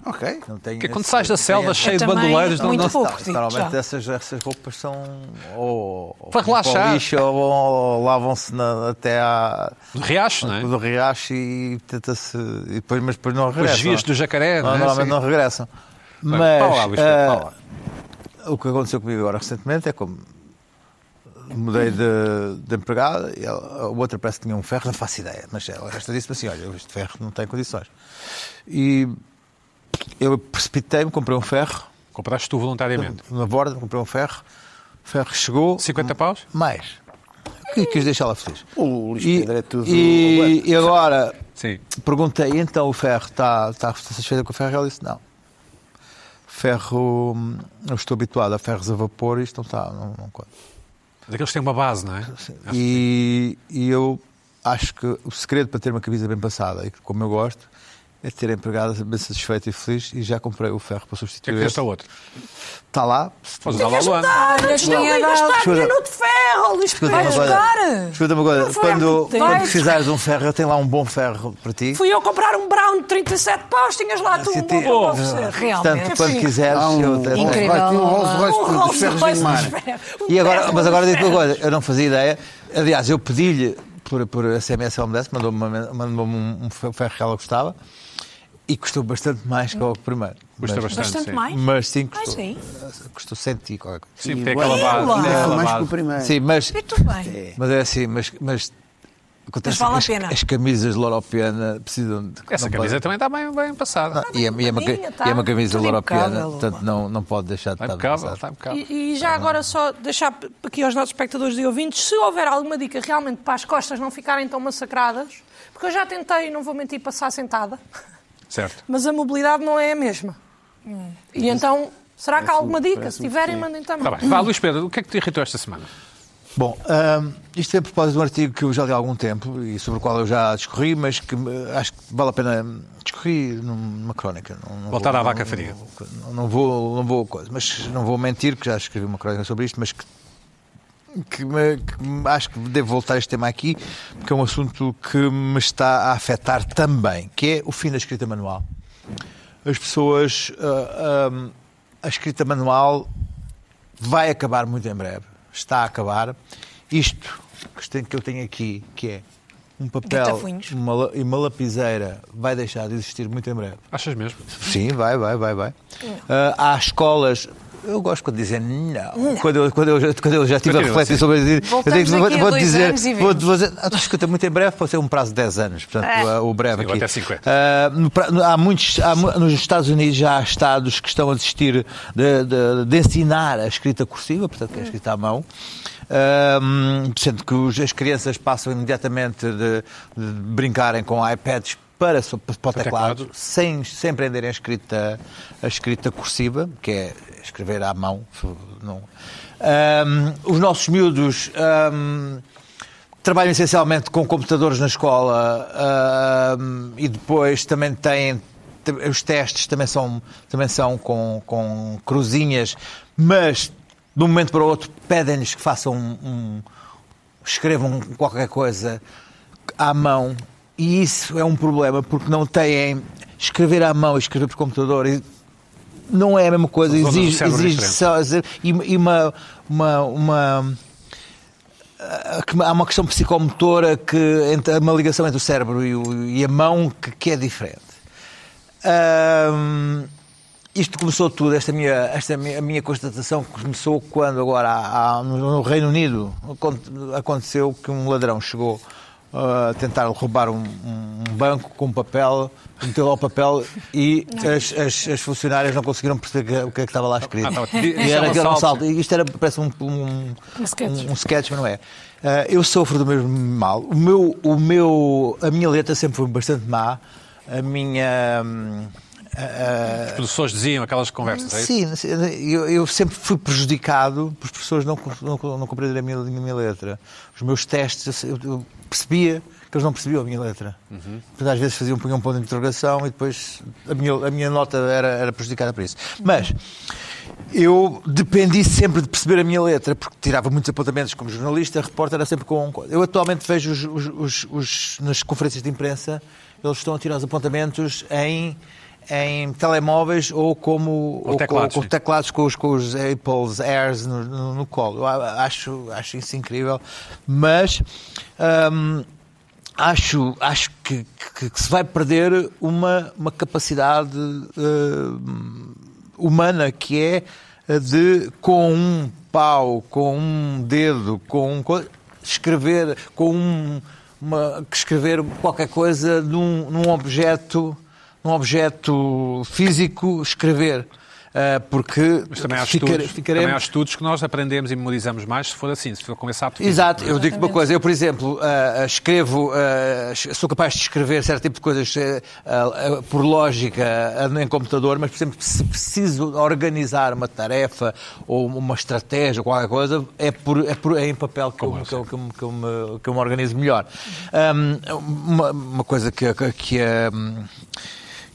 Ok.
Não tenho
Porque é quando
esse- é
sais da
não tenho
selva
esse-
cheio de
também,
bandoleiros, não,
muito
não,
pouco.
Não,
digo,
Normalmente
já.
essas, essas roupas são ou, ou
Para
vão o
relaxar.
lixo ou, vão- ou lavam-se na- até à,
riacho, não é?
do riacho e tenta-se. e Depois, mas depois não regressam.
Os vias do jacaré, não
Não,
é?
normalmente
Sim.
não regressam. Mas
Para lá, Luís Pedro,
eh,
para lá.
o que aconteceu comigo agora recentemente é como mudei de, de empregada e ela- a outra parece que tinha um ferro, não faço ideia, mas ela esta disse-me assim: olha, este ferro não tem condições. E eu precipitei-me, comprei um ferro,
Compraste tu voluntariamente.
na borda, comprei um ferro, o ferro chegou.
50 paus?
Mais. Que quis deixá-la feliz.
O Luís
E,
Pedro é tudo-
e, e agora
Sim.
perguntei, então o ferro está está satisfeito com o ferro? Ela disse, não. Ferro, hum, eu estou habituado a ferros a vapor e isto não está, não, não conta.
Daqueles que têm uma base, não é?
E, e eu acho que o segredo para ter uma camisa bem passada, e como eu gosto, é ter a empregada bem satisfeita e feliz e já comprei o ferro
É
para
que
substituir.
deste a
este.
outro.
Está lá. Se
Podes usar lá é? a Luana.
Ah, mas não
Dinheiro
ligas,
alto.
está a
Ajuda.
minuto de ferro, Luís
Escuta-me
Pedro.
agora.
jogar?
Escuta-me agora.
foi há
Quando,
muito tempo.
quando precisares de um ferro, eu tenho lá um bom ferro para ti.
Fui eu comprar um brown de 37 paus, tinhas
Ah,
lá tu um bom
Senti-
para oferecer.
Realmente.
Portanto, quando quiseres,
Há um,
eu até-
Incrível.
um Rolls Royce
Um
dos
Rolls
ferros
Royce
de mar.
dos ferros. Um
E agora,
ferro
mas agora
dos
digo-te uma
ferros.
coisa, eu não fazia ideia. Aliás, eu pedi-lhe por, por SMS, ela me desse, mandou-me uma men- mandou-me um, um ferro que ela gostava e custou bastante mais que o primeiro.
Custa
mas,
bastante,
Bastante
sim.
mais.
Mas sim,
Ah,
custou. Eh,
sim.
Custou 100 e qualquer coisa.
Sim, tem aquela base.
Ela.
Tem
Ainda
aquela
mais que o
base.
primeiro.
Sim, mas,
Muito bem.
mas é assim, mas. mas acontece
Mas vale
que
a
as,
pena.
As camisas de Loropiana precisam de.
Essa
não
camisa é
podem-
também está bem, bem passada.
e é, e é uma, ca-
Impecadinha, tá?
e é uma camisa
Tudo
Loropiana,
impecável.
portanto não, não pode deixar de
Está Tá
estar.
impecável,
avançada.
está impecável.
E, e já agora só deixar p- aqui aos nossos espectadores e ouvintes, se houver alguma dica realmente para as costas não ficarem tão massacradas, porque eu já tentei, não vou mentir, passar sentada,
Certo.
mas a mobilidade não é a mesma. E então, será que Tá há alguma dica? Se tiverem, mandem também.
Está bem. Vá, Luís Pedro, o que é que te irritou esta semana?
Bom, hum, isto é a propósito de um artigo que eu já li há algum tempo e sobre o qual eu já discorri, mas que hum, acho que vale a pena hum, discorri numa crónica. Não, não
Voltar
vou-
à vaca
não-
fria.
Não, não vou, não vou coisa, mas não vou mentir que já escrevi uma crónica sobre isto, mas que, que me- que me- acho que devo voltar a este tema aqui porque é um assunto que me está a afetar também, que é o fim da escrita manual. As pessoas, ah, hum, a escrita manual vai acabar muito em breve. Está a acabar. Isto que tem- que eu tenho aqui, que é um papel
Ditafunhos.
uma la- e uma lapiseira, vai deixar de existir muito em breve.
Achas mesmo?
Sim, vai, vai, vai, vai. Ah, há escolas. Eu gosto quando dizem não. Quando, eu, quando, eu, já- quando eu já estive a
Continua,
refletir
sim.
sobre isso, eu
Voltamos
digo, vou,
daqui a
vou
dois
dizer.
anos e
vou,
vemos. É.
vou dizer ah, escuta, muito em breve pode ser um prazo de 10 anos, portanto, ah, o breve
Sim,
aqui.
até 50.
Ah, no pra- no- há muitos, há mu- nos Estados Unidos já há estados que estão a desistir de, de- de ensinar a escrita cursiva, portanto, que é a escrita à mão. Ah, hum, sendo que os- as crianças passam imediatamente de, de brincarem com iPads para, so- para, para o teclado,
teclado.
sem, sem aprenderem a escrita, a escrita cursiva, que é escrever à mão. Não. Ahm, os nossos miúdos ah, ahm, trabalham essencialmente com computadores na escola ahm, e depois também têm. Os testes também são, também são com, com cruzinhas, mas de um momento para o outro pedem-lhes que façam um- um, escrevam qualquer coisa à mão e isso é um problema porque não têm escrever à mão e escrever por computador e não é a mesma coisa
Zonas do
exige,
cérebro
exige
diferentes.
só- e, e uma uma, uma ah, que há uma questão psicomotora que entre, há uma ligação entre o cérebro e, o- e a mão que, que é diferente Ahm, isto começou tudo, esta minha, esta minha, a minha constatação começou quando agora há- há- no Reino Unido aconte- aconteceu que um ladrão chegou ah, tentar roubar um, um banco com papel, metê-lo ao papel e as, as- as funcionárias não conseguiram perceber o que é que estava lá escrito.
Ah, estava-
E era,
Isso é um
era um
assalto.
salto. E Isto era, parece um, um,
Um sketch.
um- um sketch, mas não é. Ah, eu sofro do mesmo mal. O meu, o meu, a minha letra sempre foi bastante má. A minha. hum,
Os professores diziam aquelas conversas, é isso?
Sim, sim, eu, eu sempre fui prejudicado por pessoas não, co- não, co- não compreenderem a minha, a minha letra. Os meus testes, eu, eu percebia que eles não percebiam a minha letra.
Uhum.
Portanto, às vezes faziam punham um ponto de interrogação e depois a minha, a minha nota era, era prejudicada por isso. Mas eu dependi sempre de perceber a minha letra, porque tirava muitos apontamentos como jornalista, repórter era sempre com. um, Eu atualmente vejo os- os- os- os- nas conferências de imprensa, eles estão a tirar os apontamentos em. Em telemóveis ou como ou com-
teclados,
com
sim.
teclados com os, com os Apple's Airs no, no- no colo. Eu a- acho, acho isso incrível, mas hum, acho, acho que, que- que se vai perder uma, uma capacidade hum, humana que é a de, com um pau, com um dedo, com um co- escrever, com um, uma, que escrever qualquer coisa num, num objeto. Num objeto físico, escrever. Ah, porque
Mas também há,
ficar-
estudos,
ficaremos-
também há estudos que nós aprendemos e memorizamos mais se for assim, se for com esse apto.
Exato, eu digo-te uma coisa, eu, por exemplo, ah, ah, escrevo, ah, es- sou capaz de escrever certo tipo de coisas eh, ah, ah, por lógica ah, em computador, mas, por exemplo, se preciso organizar uma tarefa ou uma estratégia ou qualquer coisa, é, por, é, por- é em papel que eu, que, eu, que, eu, me- que eu me, que eu me organizo melhor. Ahm, uma, uma coisa que, que, que ah,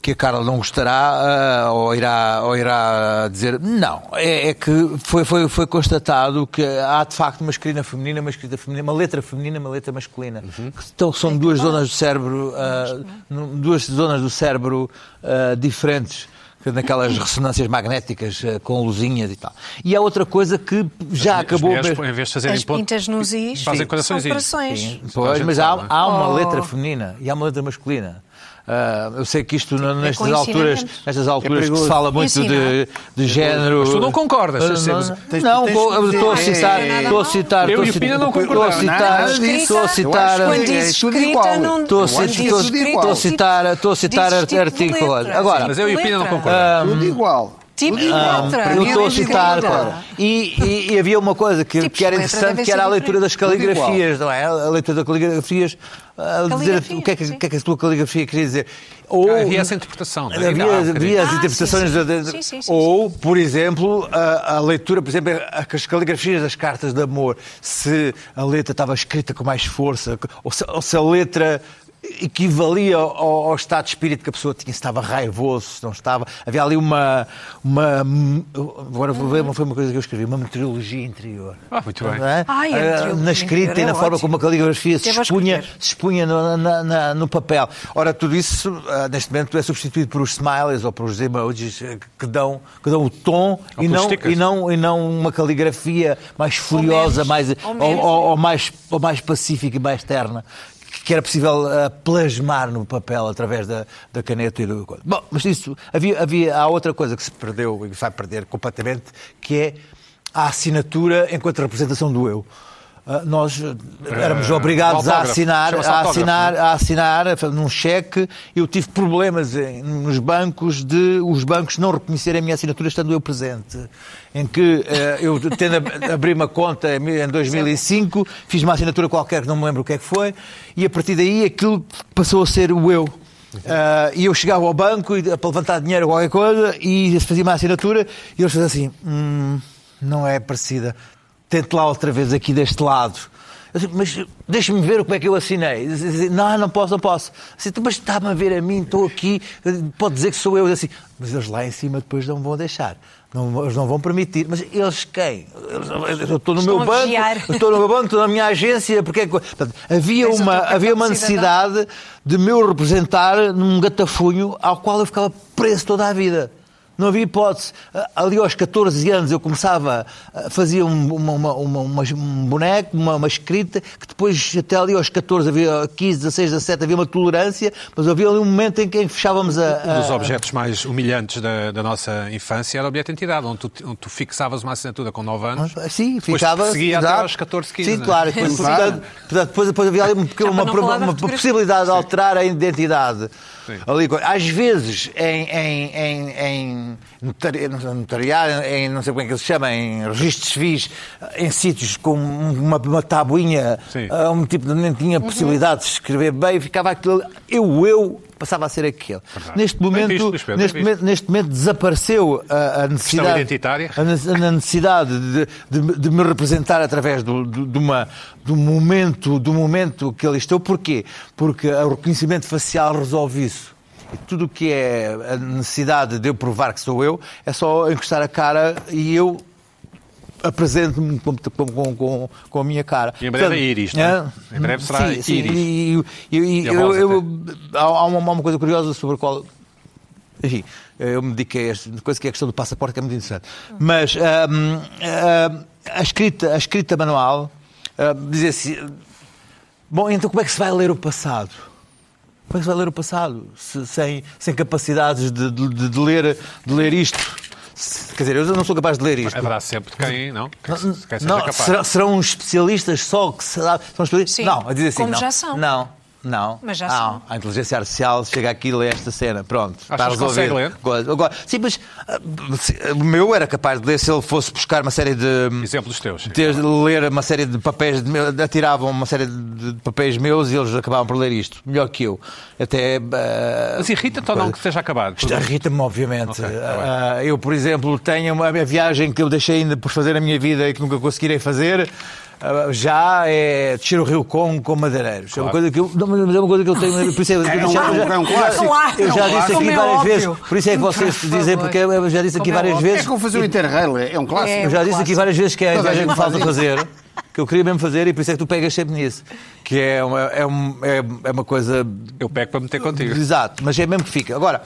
que a Carla não gostará ah, ou, irá, ou irá dizer não. É, é que foi, foi, foi constatado que há de facto uma escrita feminina, uma escrita feminina, uma letra feminina, uma letra masculina.
Uhum.
Que Então são duas zonas do cérebro, ah, num- duas zonas do cérebro ah, diferentes. que Naquelas ressonâncias magnéticas ah, com luzinhas e tal. E há outra coisa que já
As
acabou.
mulheres,
mesmo-
em vez de fazerem
As pintas nos is
fazem
são
coraçõezinhos.
corações.
Toda a
Pois,
gente
mas há,
sabe, não é?
há uma
Oh.
letra feminina e há uma letra masculina. Ah, eu sei que isto n- nestas
É com
alturas,
ensinamentos.
nestas alturas que se
perigoso.
fala muito de,
Ensinar.
de género.
É Mas tu não concordas,
Ah,
se-
não,
se-
tens-
não,
tens-
vou- eu
tens-
estou a
é,
citar,
é, é,
estou a citar,
Eu
estou a
e o
citar-
Pina não
estou a
concordamos.
citar,
Nada disso.
estou a citar,
Eu acho
Quando
que
diz
é tudo
escrita,
igual.
não
estou a
Eu acho que
citar,
é
estou a
tudo
citar-
igual.
estou a citar, estou a citar
Dizes tipo
artículos.
letra.
Agora, ah,
Mas eu e o Pina não
Letra.
concordamos.
hum,
Tudo igual.
Tipo
Tudo igual.
letra.
Para
eu
mim
estou
é
a
tudo
citar.
igual.
agora.
claro. E, e- e havia uma coisa que,
Tipos
que era
de letra
interessante,
devem
que era
ser
a leitura das
diferentes.
caligrafias, não é? A leitura das caligrafias, a dizer
Caligrafias,
o que é que,
sim.
o que é que a tua caligrafia queria dizer. Ou,
Havia essa interpretação, não é?
Havia,
Ainda há um bocadinho.
havia as
Ah,
interpretações.
sim, sim.
de- de-
Sim, sim, sim,
ou, por exemplo, a, a leitura, por exemplo, é a- as caligrafias das cartas de amor. Se a letra estava escrita com mais força, ou se, ou se a letra equivalia ao, ao estado de espírito que a pessoa tinha, se estava raivoso, se não estava. Havia ali uma. uma agora vou ver, foi uma coisa que eu escrevi, uma meteorologia interior.
Ah, muito bem.
Não é?
Ai, a
Ah,
meteorologia
na escrita e
interior
na
é
forma como a caligrafia se
Até vou
expunha,
escrever.
se expunha no, na- na- no papel. Ora, tudo isso, ah, neste momento, é substituído por os smileys ou por os emojis eh, que dão, que dão o tom
Ou
e
pelos
não,
stickers.
e, não, e não uma caligrafia mais furiosa
memes.
mais,
Ou
ou,
memes.
ou- ou mais, ou mais pacífica e mais terna que era possível ah, plasmar no papel através da, da caneta e do... Bom, mas isso... Havia, havia, há outra coisa que se perdeu e que vai perder completamente, que é a assinatura enquanto representação do eu. Ah, nós ah, éramos
Eh,
obrigados a
autógrafo.
assinar,
Chama-se
a
autógrafo, é?
assinar, a assinar a fa- num cheque. Eu tive problemas em- nos bancos de os bancos não reconhecerem a minha assinatura estando eu presente. Em que eh, eu tendo a- abri uma conta em mil- em 2005, fiz uma assinatura qualquer que não me lembro o que é que foi, e a partir daí aquilo passou a ser o eu. Ah, e eu chegava ao banco e- eh, para levantar dinheiro ou qualquer coisa e fazia uma assinatura e eles faziam assim: "Hum, não é parecida, tente lá outra vez aqui deste lado. Eu disse, mas deixa-me ver como é que eu assinei. Diz- diz- Não, não posso, não posso. Assim, "Tu, mas está-me a ver a mim, estou aqui, pode dizer que sou eu. Eu disse Assim, mas eles lá em cima depois não vão deixar. Não, eles não vão permitir. Mas eles quem? Eles não- eu estou no
Estão
meu
a
banco,
vigiar.
eu estou no meu banco, estou na minha agência. Porque é que... Portanto, havia,
Tens o
uma,
teu cartão
havia uma
de cidadão.
necessidade possibilidade de me eu representar num gatafunho ao qual eu ficava preso toda a vida. Não havia hipótese. Ah, Ali aos 14 anos eu começava, ah, fazia um- uma, uma- uma- uma- um boneco, uma, uma escrita, que depois até ali aos 14, havia 15, 16, 17, havia uma tolerância, mas havia ali um momento em que fechávamos a...
Um
a-
dos objetos mais humilhantes da, da nossa infância era o bilhete de entidade, onde tu, onde tu fixavas uma assinatura com 9 anos.
Ah, Sim,
Depois
ficava.
seguia até
dá-
aos 14, 15,
Sim,
né?
claro. Depois,
Claro.
portanto, portanto, depois, depois havia ali um pequeno-
Já para
uma,
não falar da
uma- uma
fotografia.
possibilidade de alterar a identidade. Ali, co- às vezes, em, em, em, em notari- notariado, em não sei como é que se chama, em registros civis, em sítios com uma, uma tabuinha,
Sim.
ah, um tipo de nem tinha possibilidade de escrever bem, ficava aquilo. Eu, eu, passava a ser aquele. Neste momento,
visto, Luís Pedro, bem
neste,
visto.
momento, neste momento desapareceu a, a necessidade.
identitária.
a a na necessidade de, de- de me representar através do, do- de uma, do, momento, do momento que ali estou. Porquê? Porque o reconhecimento facial resolve isso. E tudo o que é a necessidade de eu provar que sou eu, é só encostar a cara e eu apresento-me com, com- com- com- com a minha cara.
E em breve é íris, não é?
é?
Em breve será
sim, sim,
íris.
E, e- e-
E a voz
eu- eu- há, há uma, há uma coisa curiosa sobre a qual enfim, eu me dediquei a esta coisa que é a questão do passaporte, que é muito interessante. Mas hum, hum, a, escrita, a escrita manual hum, dizia assim: bom, então como é que se vai ler o passado? Como é que se vai ler o passado se- sem, sem capacidades de, de- de ler, de ler isto? Se- Quer dizer, eu não sou capaz de ler isto.
Haverá sempre quem, não? Quem, se- quem seja
Não,
capaz.
será- serão uns especialistas só que se dá- são especialistas?
Sim,
não, a dizer assim,
como
não,
já são.
Não, não.
Mas já
não.
são.
A inteligência artificial chega aqui e lê esta cena. Pronto, está
que consegue
resolvido.
ler?
Coisa. Agora, sim, mas ah, se- o meu era capaz de ler se ele fosse buscar uma série de.
Exemplos teus.
de ler uma série de papéis, de meu- atiravam uma série de de papéis meus e eles acabavam por ler isto, melhor que eu. Até. ah,
Mas irrita-te ou não que esteja acabado?
isto Irrita-me, obviamente.
Ok, tá bem.
Ah, eu, por exemplo, tenho uma a minha viagem que eu deixei ainda por fazer a minha vida e que nunca conseguirei fazer. ah, já é descer o Rio Congo com madeireiros. É uma coisa que eu, não, mas é uma coisa que eu
<laughs>
tenho. Por isso é, que eu
É um-
já-
é um
eu já-
clássico.
Não há,
Eu já
não há.
disse
Como
aqui
é
várias
óbvio.
vezes. Por isso é que vocês
Por
dizem,
favor.
porque eu já disse
Como
aqui
é
várias
óbvio.
É
vezes.
como fazer o Interrail, é um clássico.
É.
Eu já disse aqui várias vezes que é a
Toda a
viagem que
gente
falta
faz
fazer, que eu queria mesmo fazer e por isso é que tu pegas sempre nisso. Que é uma, é um- é- é uma coisa
Eu pego para meter contigo.
Exato, mas é mesmo que fica. Agora,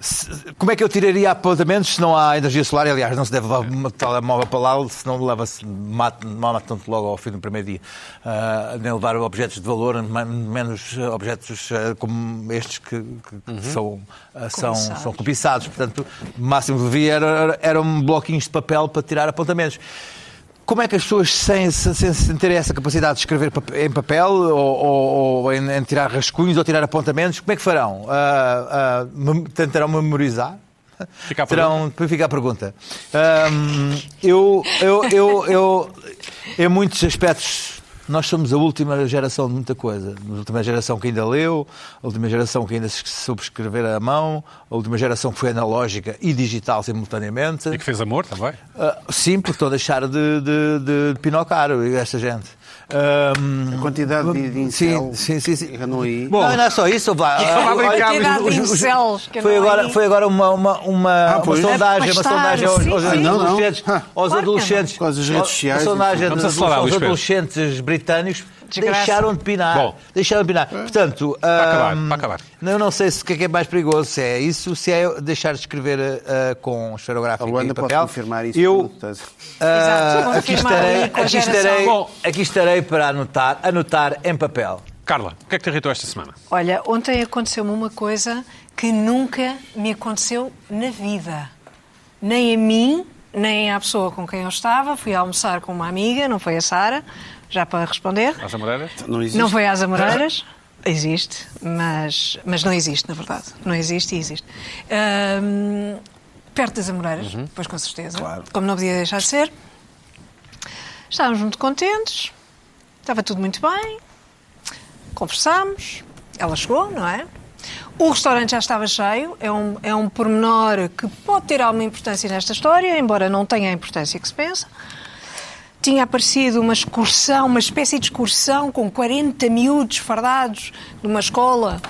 se- como é que eu tiraria apontamentos se não há energia solar? Aliás, não se deve levar uma telemóvel para lá, senão leva-se, mata- matam-te logo ao fim do primeiro dia. Ah, nem levar objetos de valor, men- menos ah, objetos ah, como estes que, que- que são, ah, são,
Cobiçados.
são cobiçados. Portanto, o máximo que devia era, era- eram bloquinhos de papel para tirar apontamentos. Como é que as pessoas, sem, sem, sem terem essa capacidade de escrever pap- em papel ou, ou- ou em, em tirar rascunhos ou tirar apontamentos, como é que farão? Ah, ah, mem- tentarão memorizar?
Fica a
Terão, depois fica Então, a pergunta. Ahm, eu, eu, eu, eu, em muitos aspectos, nós somos a última geração de muita coisa. A última geração que ainda leu, a última geração que ainda se soube escrever à mão, a última geração que foi analógica e digital simultaneamente.
E que fez amor também.
Ah, sim, porque estão a deixar de, de, de pinocar esta gente. Ahm,
A quantidade de, de incel
Sim, sim, sim. sim.
que andam aí.
não, não é só
<laughs>
isso, vá. Ah,
vai brincar, mas
<laughs>
Quantidade de incels que
Foi
não é
agora,
há.
foi agora uma, uma, uma, uma
pois.
sondagem,
Mas
uma
está,
sondagem aos, aos
sim, sim.
Ah, Não, não.
adolescentes,
Ah.
aos
Claro que
adolescentes,
não. Com as redes
aos-
sociais,
Uma sondagem
Vamos
dos-
acelerar,
aos
Luís Pedro.
adolescentes britânicos
Desgraça.
deixaram de pinar,
Bom.
deixaram de pinar.
É.
Portanto,
acabar,
ahm,
para acabar.
eu não sei se o que é que é mais perigoso, se é isso, se é eu deixar de escrever ah, com esferográfico
A Luana
e
pode
papel.
confirmar isso.
Eu
porque, portanto,
Exato,
ah, aqui
confirmar
estarei,
ali com a
aqui
geração.
estarei,
Bom.
aqui estarei para anotar, anotar em papel.
Carla, o que é que te irritou esta semana?
Olha, ontem aconteceu-me uma coisa que nunca me aconteceu na vida. Nem a mim, nem à pessoa com quem eu estava. Fui almoçar com uma amiga, não foi a Sara, já para responder.
Rosa Moreira?
Não existe.
Não foi às Amoreiras? Existe, mas, mas não existe, na verdade. Não existe e existe. Ahm, perto das Amoreiras,
Uhum.
pois com certeza. Como não podia deixar de ser. Estávamos muito contentes, estava tudo muito bem, conversámos, ela chegou, não é? O restaurante já estava cheio, é um, é um pormenor que pode ter alguma importância nesta história, embora não tenha a importância que se pensa tinha aparecido uma excursão, uma espécie de excursão com 40 miúdos fardados numa escola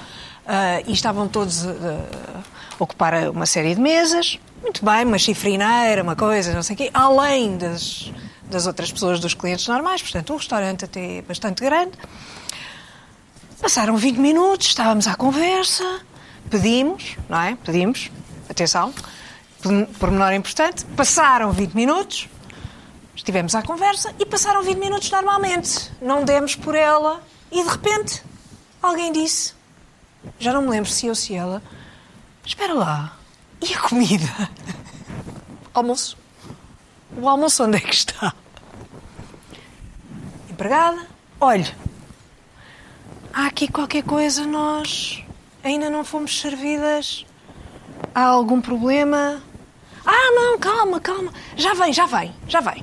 ah, e estavam todos ah, a ocupar uma série de mesas. Muito bem, uma chifrineira, uma coisa, não sei o quê, além das, das outras pessoas, dos clientes normais, portanto, um restaurante até bastante grande. Passaram 20 minutos, estávamos à conversa, pedimos, não é? Pedimos, atenção. pormenor importante, passaram 20 minutos, estivemos à conversa e passaram 20 minutos normalmente. Não demos por ela e de repente alguém disse, já não me lembro se eu ou se ela, espera lá, e a comida? <laughs> Almoço? O almoço onde é que está? Empregada, olhe, há aqui qualquer coisa, nós ainda não fomos servidas. Há algum problema? Ah, não, calma, calma. Já vem, já vem, já vem.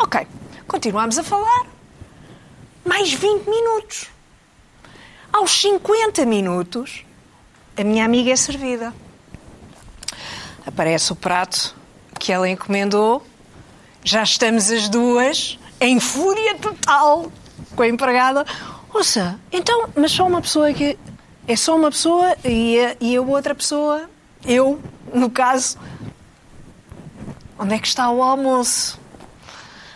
Ok, continuamos a falar. Mais 20 minutos. Aos 50 minutos, a minha amiga é servida. Aparece o prato que ela encomendou. Já estamos as duas em fúria total com a empregada. Ouça, então, mas só uma pessoa que. É só uma pessoa e a, e a outra pessoa, eu, no caso. Onde é que está o almoço?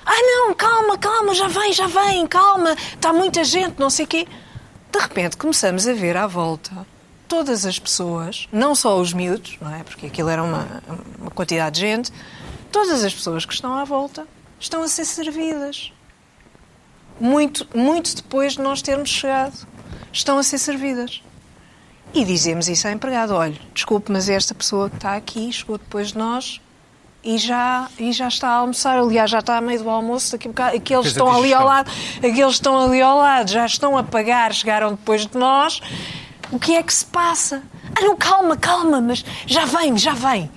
Ah, não, calma, calma, já vem, já vem, calma, está muita gente, não sei o quê. De repente começamos a ver à volta todas as pessoas, não só os miúdos, não é? Porque aquilo era uma, uma quantidade de gente, todas as pessoas que estão à volta estão a ser servidas muito, muito depois de nós termos chegado, estão a ser servidas. E dizemos isso ao empregado: olha, desculpe, mas esta pessoa que está aqui chegou depois de nós e já, e já está a almoçar. Aliás, já está a meio do almoço, daqui a bocado, aqueles
Pois é,
estão
diz
ali
estão.
ao lado, aqueles estão ali ao lado, já estão a pagar, chegaram depois de nós. O que é que se passa? Ah, não, calma, calma, mas já vem, já vem.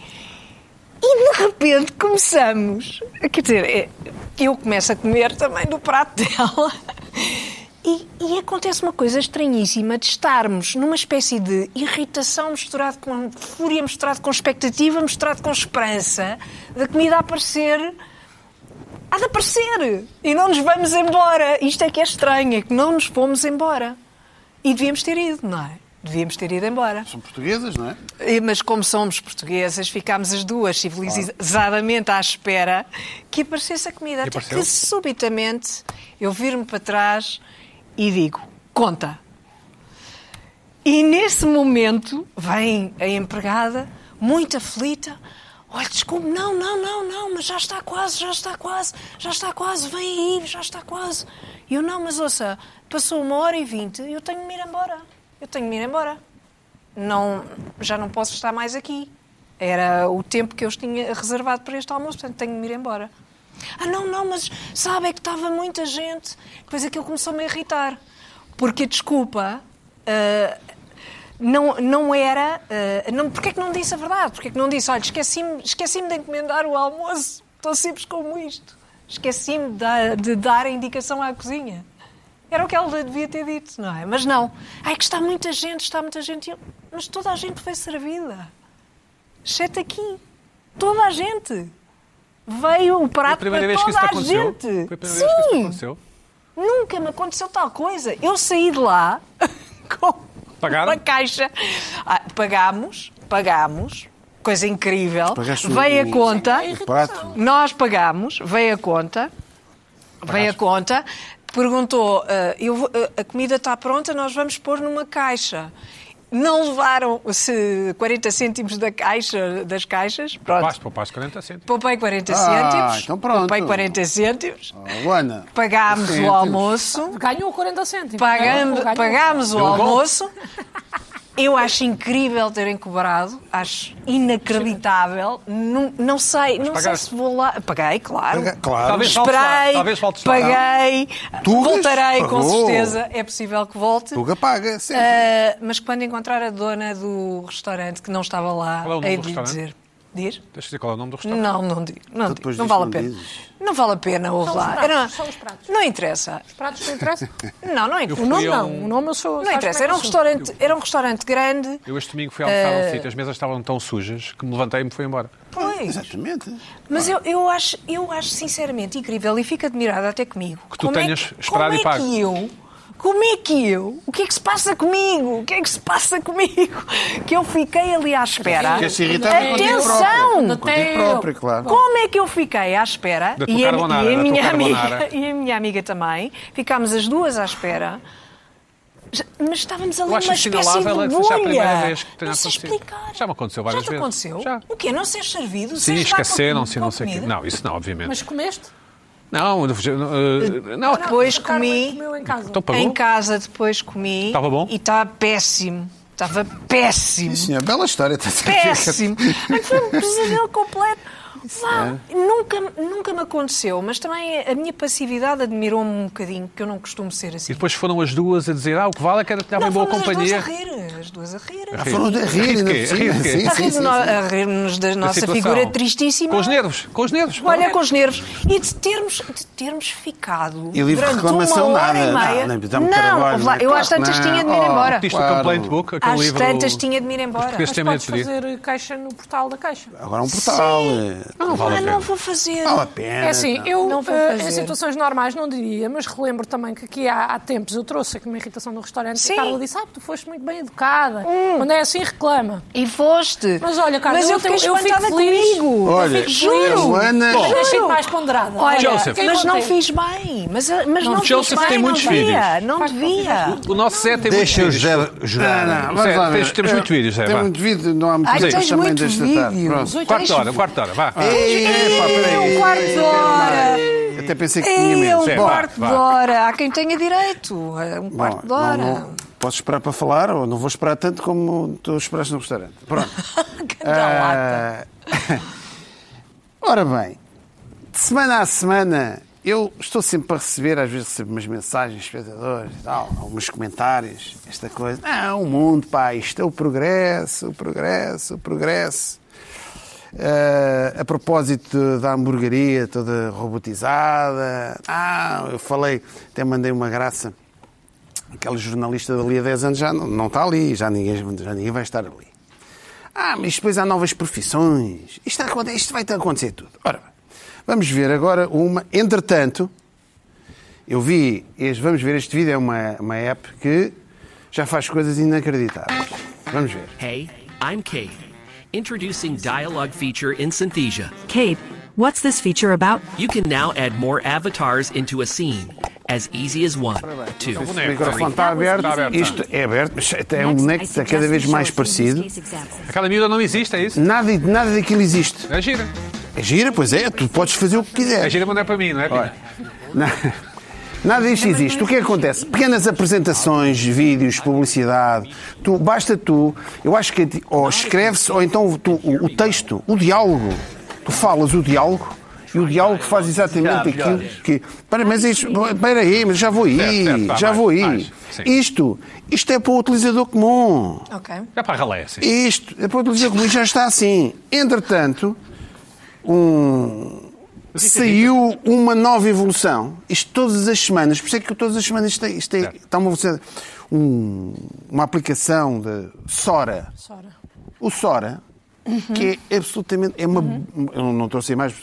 E de repente começamos. Quer dizer, é- eu começo a comer também do prato dela. E, e acontece uma coisa estranhíssima de estarmos numa espécie de irritação misturada com fúria, misturada com expectativa, misturada com esperança, da comida a aparecer. Há de aparecer! E não nos vamos embora! Isto é que é estranho, é que não nos fomos embora. E devíamos ter ido, não é? Devíamos ter ido embora.
São portuguesas, não é?
Eh, Mas como somos portuguesas, ficámos as duas civilizadamente à espera que aparecesse a comida. Até
apareceu?
que subitamente eu viro-me para trás e digo: conta. E nesse momento vem a empregada, muito aflita. Olha, desculpe, não, não, não, não, mas já está quase, já está quase, já está quase, vem aí, já está quase. E eu, não, mas ouça, passou uma hora e vinte, eu tenho de me ir embora. Eu tenho de me ir embora. Não, já não posso estar mais aqui. Era o tempo que eu tinha reservado para este almoço, portanto tenho de me ir embora. Ah, não, não, mas sabe, é que estava muita gente. Depois aquilo começou-me a irritar. Porque a desculpa ah, não, não era. ah, não, porque é que não disse a verdade? Porque é que não disse, olha, esqueci-me esqueci de encomendar o almoço, tão simples como isto. Esqueci-me de, dar- de dar a indicação à cozinha. Era o que ela devia ter dito, não é? Mas não. Ai, que está muita gente, está muita gente. E eu, Mas toda a gente foi servida. Exceto aqui. Toda a gente. Veio o
Foi a
prato
primeira
para
vez que isso
toda
te
a
aconteceu?
gente.
Foi a primeira
Sim.
vez que isso te aconteceu?
Nunca me aconteceu tal coisa. Eu saí de lá <laughs> com
Pagaram?
uma caixa. Ah, pagámos, pagámos. Coisa incrível.
Pagaste
Veio
o-
a conta.
o prato?
Nós pagámos, veio a conta. Veio a conta. Perguntou, ah, eu vou- ah, a comida está pronta, nós vamos pôr numa caixa. Não levaram se 40 cêntimos da caixa, das caixas, pronto.
Poupaste, poupaste 40 cêntimos.
Poupei 40
Ah,
cêntimos.
então pronto.
Poupei 40 cêntimos.
Oh, Ana.
Pagámos
Sim, é
o
temos.
almoço.
Ganhou 40 cêntimos.
Pagámos,
Ganhou.
pagámos o
Deu bom.
almoço. Eu acho incrível terem cobrado, acho inacreditável. Não, não sei, não sei
pagaste?
se vou lá. Paguei, claro.
Paga- Claro.
Talvez falte lá,
Esperei,
talvez falte lá.
paguei,
Tugas?
voltarei com
Pagou.
certeza. É possível que volte.
Tuga paga, sempre.
Ah, mas quando encontrar a dona do restaurante que não estava lá,
Qual é o nome
hei
do
de lhe
restaurante?
dizer. Diz?
Deixa eu dizer qual é o nome do restaurante.
Não, não digo. Não, digo,
depois
não
disso
vale a
não
pena.
dizes.
Não vale a pena, ouve
São os
lá.
pratos,
Era-
são os pratos.
Não interessa.
Os pratos não interessam?
Não, não
O
interessa.
nome
Fui a
não.
um-
O nome eu sou...
Não
sabes
interessa,
como
era
é
um,
que eu sou.
restaurante, era um restaurante grande.
Eu este domingo fui almoçar
Eh,
a um sítio, as mesas estavam tão sujas que me levantei e me fui embora.
Pois.
Exatamente.
Mas eu, eu, acho, eu acho sinceramente incrível e fico admirada até comigo.
Que tu
Como é
tenhas
que-
esperado
como
e pago.
É que eu, como é que eu? O que é que se passa comigo? O que é que se passa comigo? <laughs> Que eu fiquei ali à
Ah,
espera.
Quer se irritar mas contigo
Atenção!
próprio. Contigo
Até eu.
próprio, claro.
Como é que eu fiquei à espera?
Da tua
E a,
carbonara,
<laughs> e a
da tua
minha amiga,
carbonara.
e a minha amiga também. Ficámos as duas à espera Já- Mas estávamos ali
Eu acho
numa espécie de
assinalável é que seja a primeira
bolha.
vez que tenha
não sei
acontecido.
explicar.
Já me aconteceu várias
Já te
vezes.
aconteceu?
Já.
O quê? Não seres servido?
Sim,
Seres lá com-
esqueceram-se e
com
não sei o quê.
comida?
Não, isso não, obviamente.
Mas comeste?
Não, eh, eh, não.
Depois
a Carmen
comi-
comeu em casa.
Então pagou?
Em casa depois comi.
Estava bom?
E estava péssimo. Estava péssimo.
Sim, senhor, bela história. <laughs>
péssimo. Mas Foi um pesadelo completo. Vá,
é.
nunca, nunca me aconteceu, mas também a minha passividade admirou-me um bocadinho, porque eu não costumo ser assim.
E depois foram as duas a dizer, ah, o que vale é que estava em
não,
boa
fomos
companhia.
As duas a rir, as duas a rir.
Ah, Foram a rir,
Rir de
ainda
quê?
por cima.
Rir de quê?
Sim,
A
sim,
rir-nos
sim, sim.
a rir-nos da
Da
nossa
situação.
figura tristíssima.
Com os nervos, é? com os nervos.
Olha, com os nervos. E de termos, de termos ficado
E livre de
durante
reclamação,
uma hora
nada.
e meia.
Não, nem precisamos de trabalho,
ouve lá,
não é?
eu às
Claro que
tantas
não.
tinha de me ir
Oh,
embora.
Artista
Claro.
o Complaint Book, aquele
Às
livro...
tantas tinha de me ir
Os
embora.
portugueses
Mas
têm medo
podes
de pedir.
fazer caixa no portal da caixa.
Agora um portal. eh,
Não,
vale a
ah,
pena.
não vou fazer.
Vale a pena.
É assim, eu
Não vou
eh,
fazer.
em situações normais não diria, mas relembro também que aqui há, há tempos eu trouxe aqui uma irritação no restaurante
Sim.
e a Carla disse, ah, tu foste muito bem educada, quando é assim reclama.
E foste.
Mas olha, Carla,
Mas
eu,
eu fiquei
tenho- eu fico
espantada
feliz.
comigo.
Olha,
eu fico feliz.
a Joana-
Mas
Bom.
deixei-te mais ponderada.
Olha,
Joseph.
fiquei
mas não
contente.
fiz bem. Mas, eh, mas não,
Joseph
fiz bem,
tem
não
muitos
devia. Não devia.
O nosso set tem muitos
Deixa eu
vídeos.
jurar.
Não, não, vamos
Zé,
lá ver.
tens- temos muito vídeo, Zé,
Tem
vá.
muito vídeo, não há muito
Ai,
vídeo
tens
também
muito
desta tarde.
vídeo.
Pronto.
Oito
Quarto de
horas.
hora, quarto de hora, vá.
Ei, epá, peraí.
um quarto de hora.
Até pensei que tinha
É
menos.
um
Zé,
Bom,
quarto de
vá.
hora. Há quem tenha direito. É um
Bom,
quarto de
não,
hora. <laughs>
não, posso esperar para falar ou não vou esperar tanto como estou a esperar no restaurante. Pronto.
lata.
Ah, <laughs> Ora bem, de semana a semana eu estou sempre a receber, às vezes recebo umas mensagens, espectadores e tal, alguns comentários, esta coisa. Não, o mundo, pá, isto é o progresso, o progresso, o progresso. Ah, a propósito da hamburgueria toda robotizada, ah, eu falei, até mandei uma graça aquele jornalista dali a 10 anos já não, não está ali, já ninguém, já ninguém vai estar ali. Ah, mas depois há novas profissões. Isto, aconte- isto vai acontecer tudo. Ora bem, vamos ver agora uma. Entretanto, eu vi, este- vamos ver, este vídeo é uma, uma app que já faz coisas inacreditáveis. Vamos ver.
Hey, I'm Kate. Introducing dialogue feature in Synthesia.
Kate, what's this feature about?
You can now add more avatars into a scene. As easy as one, two,
O
three.
microfone está aberto.
Está aberto,
Isto é aberto, mas até é um boneco que está cada vez mais parecido.
Aquela miúda não existe, é isso?
Nada, nada daquilo existe.
É gira.
É gira, pois é, tu podes fazer o que
É
quiseres.
gira, mas não é para mim, não é?
Olha, na- Nada disto existe. O que é que acontece? Pequenas apresentações, vídeos, publicidade. Tu, basta tu, eu acho que ou escreves ou então tu- o, o texto, o diálogo. Tu falas o diálogo e o diálogo faz exatamente aquilo que. Para, mas isto, espera aí, mas já vou aí,
Certo, certo, tá,
já
mais,
vou aí.
mais, sim.
Isto, isto é para o utilizador comum.
Ok.
Já para a ralé, assim.
Isto, depois do dizer comigo, já está assim. Entretanto, um- saiu uma nova evolução. Isto todas as semanas, por isso é que todas as semanas isto, é- isto é-
Certo.
está uma evolução. Um- uma aplicação de Sora.
Sora.
O Sora, que é absolutamente. É uma, Eu não trouxe a imagem,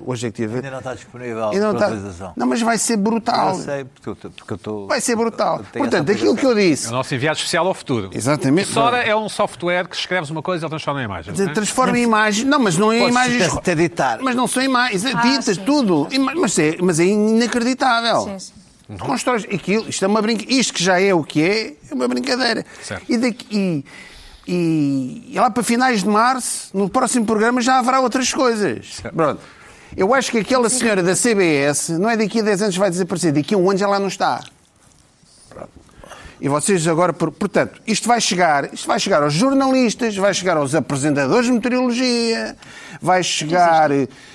hoje é que tive a ver.
Ainda não está disponível
Ainda não
para
está-
utilização.
Não, mas vai ser brutal.
Eu sei, porque eu, porque eu estou.
Vai ser brutal.
eu tenho essa
Portanto, aquilo que eu
É
disse.
o nosso enviado especial ao futuro.
Exatamente.
Sora é um software que escreves uma coisa e ele transforma em imagem. não é?
Transforma em imagens. Não, mas não é
Podes
imagens.
até- até editar.
Mas não são imagens.
Ah,
Editas
sim.
tudo. Ima- Mas é, mas é inacreditável.
Sim, sim.
Tu Constróis aquilo. Isto, é uma brinca... isto que já é o que é, é uma brincadeira.
Certo.
E, daqui, e, e lá para finais de março, no próximo programa, já haverá outras coisas. Pronto. Eu acho que aquela senhora da CBS não é daqui a 10 anos vai desaparecer, daqui a um ano já lá não está. E vocês agora, por- portanto, isto vai chegar, isto vai chegar aos jornalistas, vai chegar aos apresentadores de meteorologia, vai chegar,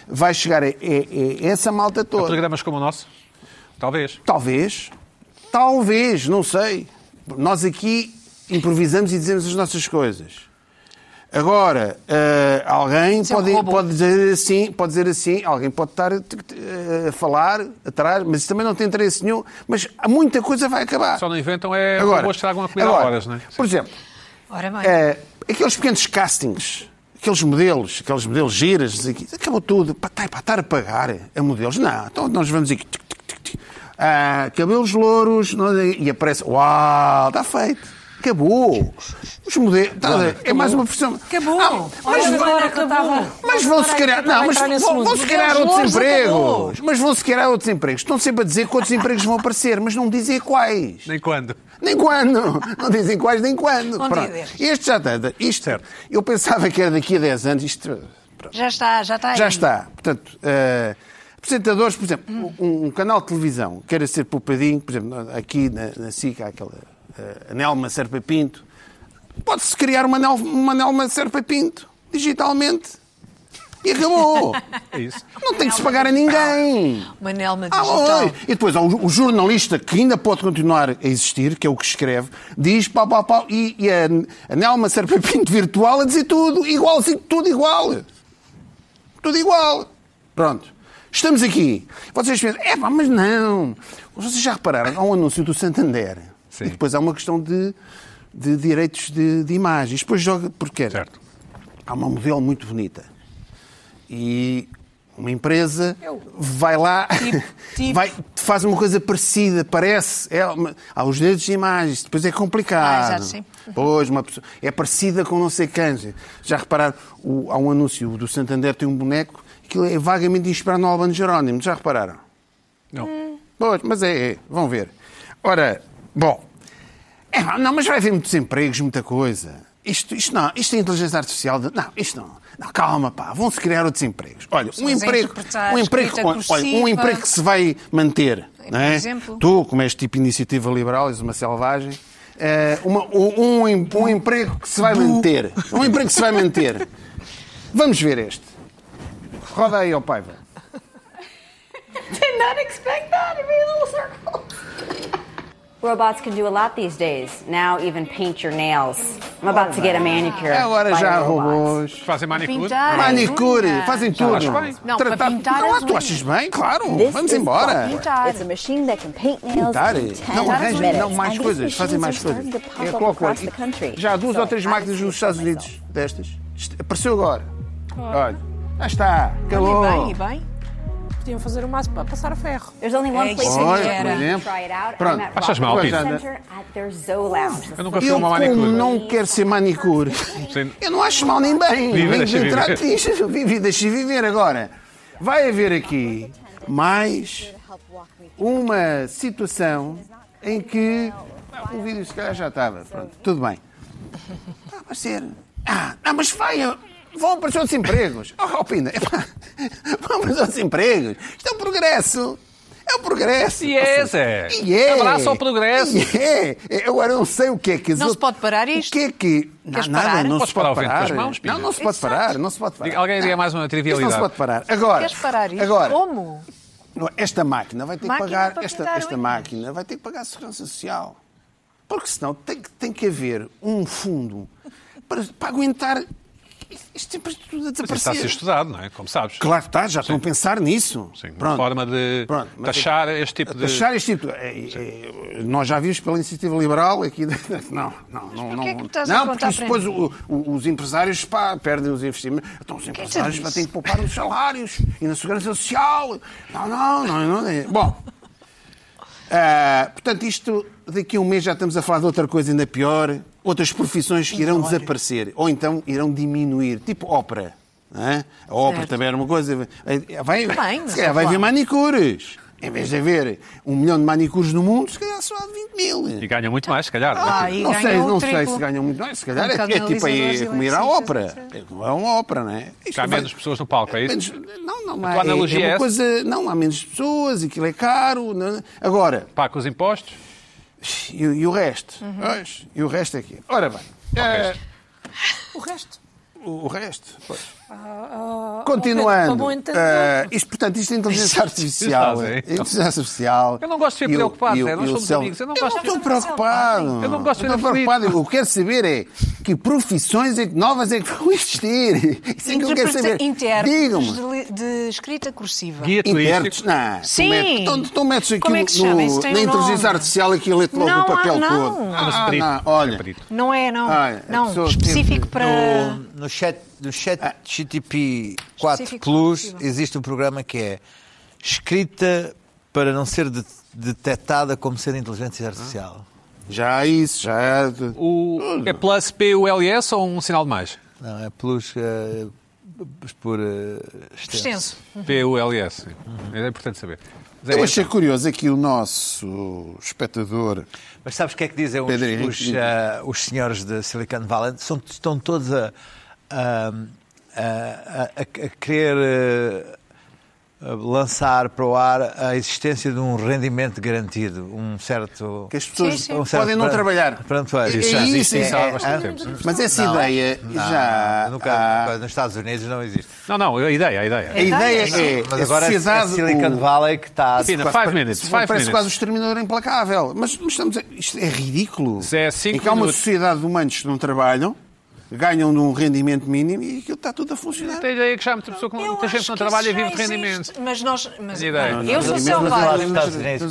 vai chegar a, a- a essa malta
Há
toda.
programas como o nosso? Talvez.
Talvez, talvez, não sei. Nós aqui improvisamos e dizemos as nossas coisas. Agora, eh, alguém
Isso é um
pode,
robô.
pode dizer assim, pode dizer assim, alguém pode estar eh, a falar atrás, mas isso também não tem interesse nenhum, mas há muita coisa vai acabar.
Só não inventam é
Agora,
robôs que tragam a comida
agora,
a horas, não é?
Por exemplo,
Ora bem.
eh, aqueles pequenos castings, aqueles modelos, aqueles modelos giras, não sei o quê, acabou tudo. Para tá- para estar a pagar a modelos, não. Então nós vamos aqui. tic, tic, tic, tic. é? Ah, cabelos louros, nós- e aparece. Uau, está feito. tá Acabou. Os modelos. tá a ver? é mais uma profissão.
Acabou.
Ah, mas
Olha,
vão-
agora acabou.
mas vão se calhar, não, mas vão, vão se calhar
Modelos
outros
louros, acabou.
empregos. Mas vão se calhar outros empregos. Estão sempre a dizer que
<laughs>
outros empregos vão aparecer, mas não dizem quais.
Nem quando.
Nem quando. Não dizem quais, nem quando.
Não
Pronto.
dizem.
Este já está. Isto, Eu pensava que era daqui a 10 anos. Isto
Já está, já está aí.
já está. Portanto, eh, apresentadores, por exemplo, um, um canal de televisão queira ser poupadinho, por exemplo, aqui na, na SIC há aquela eh, Anelma Serpa Pinto. Pode-se criar uma, Anel- uma Anelma Serpa Pinto digitalmente. E acabou.
É isso.
Não tem que se pagar a ninguém.
Uma Nelma
Ah,
digital.
oi. E depois há o, o jornalista que ainda pode continuar a existir, que é o que escreve, diz pau, pau, pau, e, e a, a Nelma Serpa <laughs> Pinto virtual a dizer tudo, igualzinho, tudo igual. Tudo igual. Pronto. Estamos aqui. Vocês pensam, é pá, mas não. Vocês já repararam, há um anúncio do Santander.
Sim.
E depois há uma questão de, de direitos de, de imagens. Depois joga, porque
Certo.
há uma modelo muito bonita. E uma empresa vai lá,
tipo.
vai- faz uma coisa parecida, parece. É uma- há os dedos de imagens, depois é complicado.
Ah, exato, sim.
Pois, uma pessoa, é parecida com não sei quem. Já repararam, o- há um anúncio do Santander, tem um boneco, aquilo é vagamente inspirado no Albano Jerónimo, já repararam?
Não.
Pois, mas é, é, vão ver. Ora, bom, é, pá, não, mas vai haver muitos empregos, muita coisa. Isto, isto não, isto é inteligência artificial. de- não, isto não. Não, calma, pá, vão-se criar outros empregos. Olha, um
a
emprego,
interpretar
um emprego,
escrita
olha, olha, um
cursiva.
emprego que se vai manter.
Por
não é?
exemplo?
Tu, como és tipo iniciativa liberal, és uma selvagem. eh, uma- um, um em- um emprego que se vai manter. Um emprego que se vai manter. Vamos ver este. Roda aí, ó
<laughs>
Paiva.
Did not expect that to be a little circle. Robots can do a lot these days. Now even paint your nails. I'm about to get a manicure.
É Agora
by
já
a robot.
robôs.
Fazem manicure.
Pintar.
Manicure,
Unha.
fazem tudo.
acho bem.
Não, para pintar
Não,
as
tu
unhas.
achas bem? Claro,
This
vamos
is
embora.
software.
Pintar.
It's a machine that can paint nails
Pintar. eh,
in 10
Não arranjem,
minutes.
não
And
mais
these
coisas, fazem
machines
mais
are
coisas.
starting to pop
Eu
up
coloco
across
aí.
the country.
Já há duas
So
ou três
I
máquinas nos
think
Estados
to
Unidos
myself,
destas. Isto Apareceu agora. Olha, já está, acabou.
E bem, e bem.
Podiam fazer o máximo para passar a ferro.
There's only one
É
place
isso
in
Olha,
the
era.
por
world to
exemplo.
try it out. I'm
Pronto.
at
Achas mal,
Rock
Pina?
Center at their Zoe Lounge.
Eu nunca fui a
Eu,
uma
como
manicure.
não quero ser manicure,
Sim.
eu não acho mal nem bem.
Vive,
Vem
deixa
de
viver.
tratis, vive, deixa viver agora. Vai haver aqui mais uma situação em que Ah, o vídeo se calhar já estava. Pronto, tudo bem. Vai aparecer. Ah, não, mas vai. Vão aparecer outros empregos. Oh, <laughs> Alpina, epá, vão aparecer outros empregos. Isto é um progresso. É um progresso.
Yes, é. Abraço ao progresso.
É, agora eu não sei o que é que as
Não se
outras-
pode parar isto?
O que é que. Não,
Queres
nada,
parar?
não
Posso
se pode
parar o vento com
parar.
as mãos, Pina?
não, não se pode parar, não se pode parar.
Diga- alguém diga
Não.
mais uma
Isto Não
trivialidade.
se pode parar. Agora.
Queres parar isto?
Agora.
Como?
Não, Esta máquina vai ter
Máquina
que pagar,
para
esta,
pintar
esta
unha.
máquina vai ter que pagar a segurança social. Porque senão tem, que- tem que haver um fundo para, para aguentar isto sempre tudo a
Mas isso está a ser
desaparecer.
estudado, não é? Como sabes.
Claro que está, já estão a pensar nisso.
Sim, uma forma de
Pronto, mas
taxar
é que-
este tipo de-
Taxar este tipo. é, é, nós já vimos pela iniciativa liberal aqui. <laughs> Não, não, não.
porquê é
não,
que estás a
não
apontar
porque isso
para
depois o- o- os empresários pá, perdem os investimentos. Então os empresários já têm que poupar nos salários e na segurança social. Não, não, não. não é. Bom. ah, portanto, isto daqui a um mês já estamos a falar de outra coisa ainda pior, outras profissões que irão desaparecer ou então irão diminuir, tipo ópera. não é? A ópera
Certo.
também era uma coisa. Vai,
Bem, mas
se calhar vai
vamos
haver
lá.
manicures. Em vez de haver um milhão de manicures no mundo, se calhar só há 20 mil.
E ganham muito mais, se calhar. não é?
Ah, e
não
ganham
sei,
o
não sei
triplo.
se ganham muito. Não, se calhar
Um
é,
bocado
é tipo aí
analisadores e
como ir à
eletricistas,
ópera. É não é uma ópera, não é? Isto
Há
vai-
menos pessoas no palco, é isso?
menos- não, não
A tua
há. É, é
analogia é
uma
essa?
coisa. Não, há menos pessoas, aquilo é caro. não- Agora,
Paga os impostos.
e, e o resto?
Uhum.
Pois, e o resto é aqui. Ora bem. eh,
O resto.
O, o resto, pois.
oh,
ah,
Continuando.
ao Pedro, para bom entendedor.
eh, isto, portanto, isto é inteligência artificial.
Fazem.
é Inteligência artificial.
Eu não gosto de ser
E o-
preocupado,
e o-
é, nós
e o
somos
cel-
amigos, eu não
eu
gosto
não
de
estou
ser
preocupado.
Eu não gosto de
estou
ser aflito.
preocupado. O que eu quero saber é que profissões é que- novas é que vão existir. Isso é que eu quero saber.
Interpreta- Intérpretes
Digam-me.
de, de escrita cursiva.
Guia
Intérpretes,
turístico.
não.
Sim.
Tu metes- Então, então metes aqui
Como é que se chama? Isso tem
na
um nome.
inteligência artificial e aquilo lê logo
Não,
o papel
ah, não.
todo.
Chama-se
Ah,
perito.
não, Olha,
É perito.
Não é, não.
Ah, a
não,
pessoa teve-
específico para...
No, no chat, no chat
Ah.
GTP 4
Específico
Plus
possível.
existe um programa que é
Ah.
escrita para não ser de- detectada como sendo inteligência artificial.
Já há isso, já há...
O, é plus PULS ou um sinal de mais?
Não, é pelos. eh, por eh, extenso.
Extenso.
PULS. sim. É importante saber. Mas é
Eu
isso.
achei curioso aqui o nosso espectador.
Mas sabes o que é que dizem os,
Pedro Henrique
os,
diz.
ah, os senhores de Silicon Valley? São- estão todos a, a- a- a- a querer eh, a lançar para o ar a existência de um rendimento garantido, um certo.
Que as pessoas
Sim, sim.
um certo
podem não
pra-
trabalhar.
Prontuário.
Isso já
É
existe, isso há
é-
bastante
é-
tempo.
Mas essa
Não,
ideia
não,
já.
nunca-
há-
nunca- nos Estados Unidos não existe.
Não, não, a ideia, a
A
ideia.
ideia é.
Mas agora
a
é, é
sociedade,
Silicon
o-
Valley que está.
Pina,
quase
five
pare-
minutes,
parece
five
quase o
minutes.
exterminador implacável. Mas, mas estamos a- isto é ridículo.
Isso é cinco
Em que há uma
minutos.
sociedade de humanos que não trabalham, ganham de um rendimento mínimo e aquilo está tudo a funcionar.
Tem a ideia que já há muita, pessoa, que-
Eu
muita gente que
acho
não
que
trabalha e
isso
vive
já
de rendimento.
existe, Mas nós. Mas,
Minha ideia.
bem,
Não,
eu
não,
sou
mas eu acho
selvagem.
que Estamos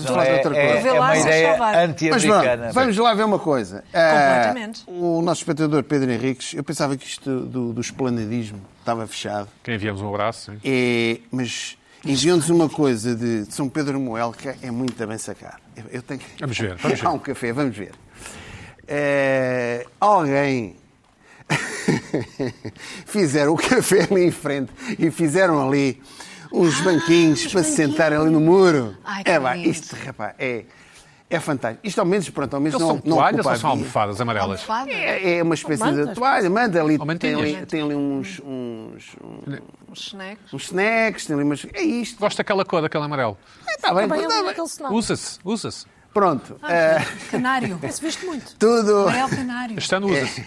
a falar de outra
É,
coisa.
é uma
Vê lá,
ideia
só vai.
Mas vamos,
anti-americana.
vamos lá ver uma coisa. Ah,
Completamente.
o nosso espectador Pedro Henriques, eu pensava que isto do, do esplanadismo estava fechado.
Quem enviamos um abraço, sim.
É, mas enviou-nos uma coisa de de São Pedro Moel que é muito bem sacado. Eu, eu tenho... que-
Vamos ver, vamos ver.
Há um café, vamos ver. É, alguém <laughs> fizeram o café ali em frente e fizeram ali uns banquinhos para se sentar ali no muro.
Ai, que
é lá,
lindo.
isto, rapaz, é, é fantástico. Isto ao menos, pronto, ao menos
Eles
não,
são
não
toalhas
ocupa
ou
a
são
via.
almofadas amarelas?
Almofada?
É, é uma espécie de
Mantas.
toalha, manda ali,
Ou
tem ali,
mantinhas.
tem ali uns, uns, uns,
Os snacks.
uns snacks, tem ali umas... É isto.
Gosto daquela cor, daquele amarelo.
Está bem,
Também
está
ali
bem.
naquele
Ah.
sinal.
Usa-se, usa-se.
Pronto, é,
Canário.
Esse viste muito.
tudo...
É o canário.
Este ano usa-se.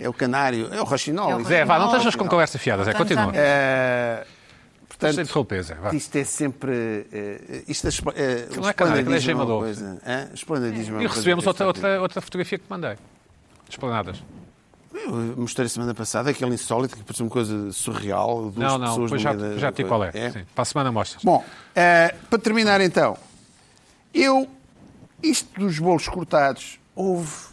É o canário, é o
É
roxinol.
o
isso.
Zé, vá, não
Não,
estejas com
não.
conversa fiada, Zé,
Estamos
continua.
à mesa.
É,
Sem
portanto,
interromper, Zé, vá.
isto é sempre... é, isto é, espa- é, o
não é canário, aquilo é
esplanadismo uma
geimador.
coisa. hã? O esplanadismo é uma
E
coisa
recebemos outra,
bastante-
outra, outra fotografia que mandei. Esplanadas.
Eu mostrei semana passada aquele insólito que parecia uma coisa surreal. Duas
Não, não, depois
pessoas no
já,
meio da-
já te digo qual é. Sim, para a semana mostras.
Bom, eh, para terminar então, eu, isto dos bolos cortados, houve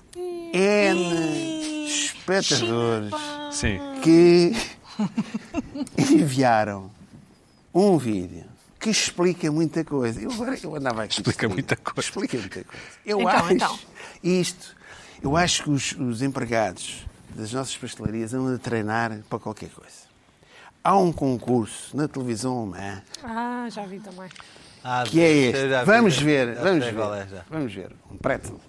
N espectadores
Sim.
que <laughs> enviaram um vídeo que explica muita coisa. Eu agora eu andava aqui.
Explica muita coisa.
Explica muita coisa. Eu
Então,
acho
então.
isto. Eu acho que os, os empregados das nossas pastelarias andam a treinar para qualquer coisa. Há um concurso na televisão alemã
Ah, já vi também.
Ah,
que é
já
este.
vi,
Vamos
já-
ver,
já
vamos
sei qual é,
ver.
já.
Vamos ver. Um pretzel.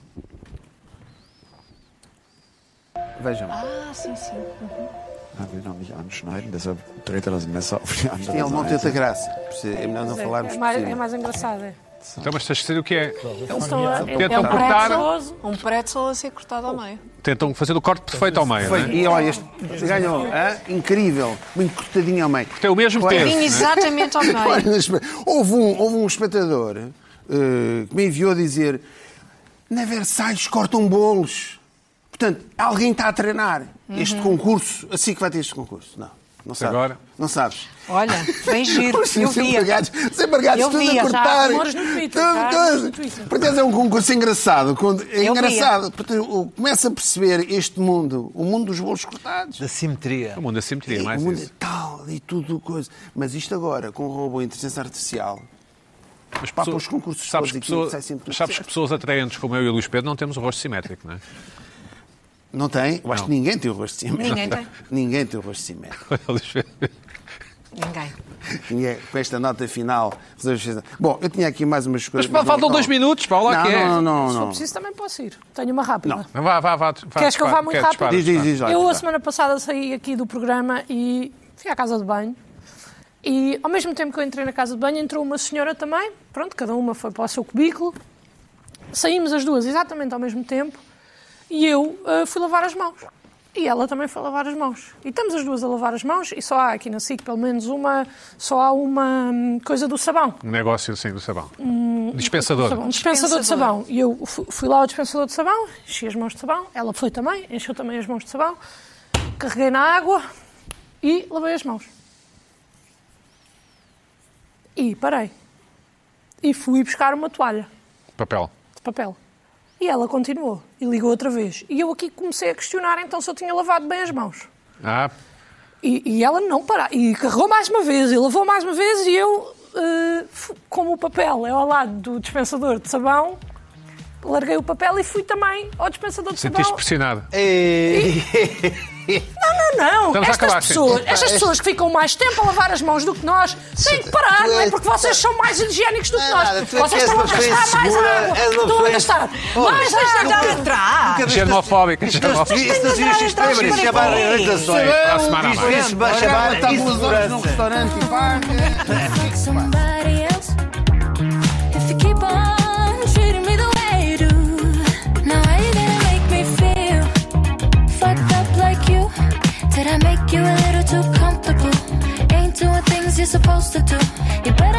Vejam.
Ah, sim, sim.
Er will noch nicht anschneiden, deshalb dreht er das Messer auf die andere
Ele não tem
Seite.
tanta um graça. É melhor não falarmos
É
por
mais,
cima.
é mais engraçado. É,
Então, mas tens de saber o que é.
Estou a- é,
Tentam
um
cortar.
pretzel.
Um pretzel a ser cortado ao meio.
Tentam fazer o corte perfeito ao meio. Não é?
E olha, este ganhou. hã? Incrível. Muito cortadinho ao meio.
Tem o mesmo
Claro.
peso.
Vim
não é?
exatamente ao
né? <laughs> Olha,
meio.
mas Houve um, houve um espectador eh, que me enviou dizer na Versalhes cortam bolos. Portanto, alguém está a treinar
Uhum.
este concurso. Assim que vai ter este concurso. Não, não sabes.
Agora?
Não sabes.
Olha,
<laughs>
bem giro.
Os
Eu via.
empregados, os empregados
Eu
tudo
via, já
a
há
cortar.
rumores no Twitter, já há
Tudo,
rumores no
tudo.
Twitter.
Portanto, é um concurso engraçado. quando- É
Eu
engraçado. Portanto, eu começo a perceber este mundo, o mundo dos bolos cortados.
Da simetria.
O mundo assim me teria
E
mais
o mundo
isso.
é tal e tudo coisa. Mas isto agora, com o robô e a inteligência artificial,
Mas
pá, para os concursos
sabes, que
todos aquilo
pessoa-
sai é sempre tudo
sabes que
certo.
pessoas atraentes como eu e o Luís Pedro não temos o rosto simétrico, não é? <laughs>
não tem? Eu acho
Não.
que ninguém tem o rosto simétrico.
Ninguém tem.
<laughs> Ninguém tem o rosto simétrico.
Olha, Luís Pedro.
um
Ninguém.
Ninguém- com esta nota final. resolve- Bom, eu tinha aqui mais umas coisas.
pá,
não-
faltam
não.
dois minutos, pá, olha
não,
que é.
Não, não,
Se for
não.
preciso, também posso ir. Tenho uma rápida.
Vá, vá, vá. vá
Queres que eu vá
dispara,
muito
quer,
rápido?
dispara,
Diz, diz, diz. lá,
Eu, a
diz lá.
semana passada, saí aqui do programa e fui à casa de banho. E, ao mesmo tempo que eu entrei na casa de banho, entrou uma senhora também. Pronto, cada uma foi para o seu cubículo. Saímos as duas exatamente ao mesmo tempo e eu ah, fui lavar as mãos. E ela também foi lavar as mãos. E estamos as duas a lavar as mãos e só há aqui na SIC, pelo menos, uma... Só há uma hum, coisa do sabão.
Um negócio assim do sabão. Dispensador.
Sabão, um dispensador, de sabão. E eu fu- fui lá ao dispensador de sabão, enchi as mãos de sabão, ela foi também, encheu também as mãos de sabão, carreguei na água e lavei as mãos. E parei. E fui buscar uma toalha
Papel.
de papel. E ela continuou e ligou outra vez. E eu aqui comecei a questionar então se eu tinha lavado bem as mãos.
Ah,
E, e ela não parava. E carregou mais uma vez, e lavou mais uma vez, e eu, eh, fu- como o papel é ao lado do dispensador de sabão, larguei o papel e fui também ao dispensador de
Sentiste
sabão.
pressionado.
É
Não, não, não.
Estamos a
Estas
acabar, sim.
pessoas,
Epá,
é-
estas pessoas que ficam mais tempo a lavar as mãos do que nós têm que parar, não é? Porque vocês são mais higiênicos do que
Não é
nós.
nada, tu é que
Vocês
és
estão a
uma pessoa
gastar mais
insegura,
água.
és uma
Estão a
pessoa
gastar
insegura.
mais
Olha,
água.
Nunca Xenofóbica, xenofóbica.
Isso não existe extremos, isso é barra organizações.
Para a semana a mais.
Isso vai chamar
Agora tabu os olhos num
insegurança.
restaurante e paga.
somebody else. If you keep on treating me the way you do, now how you gonna make me feel fucked up like you? Did I make you a little too comfortable? Ain't doing things you're supposed to do. You better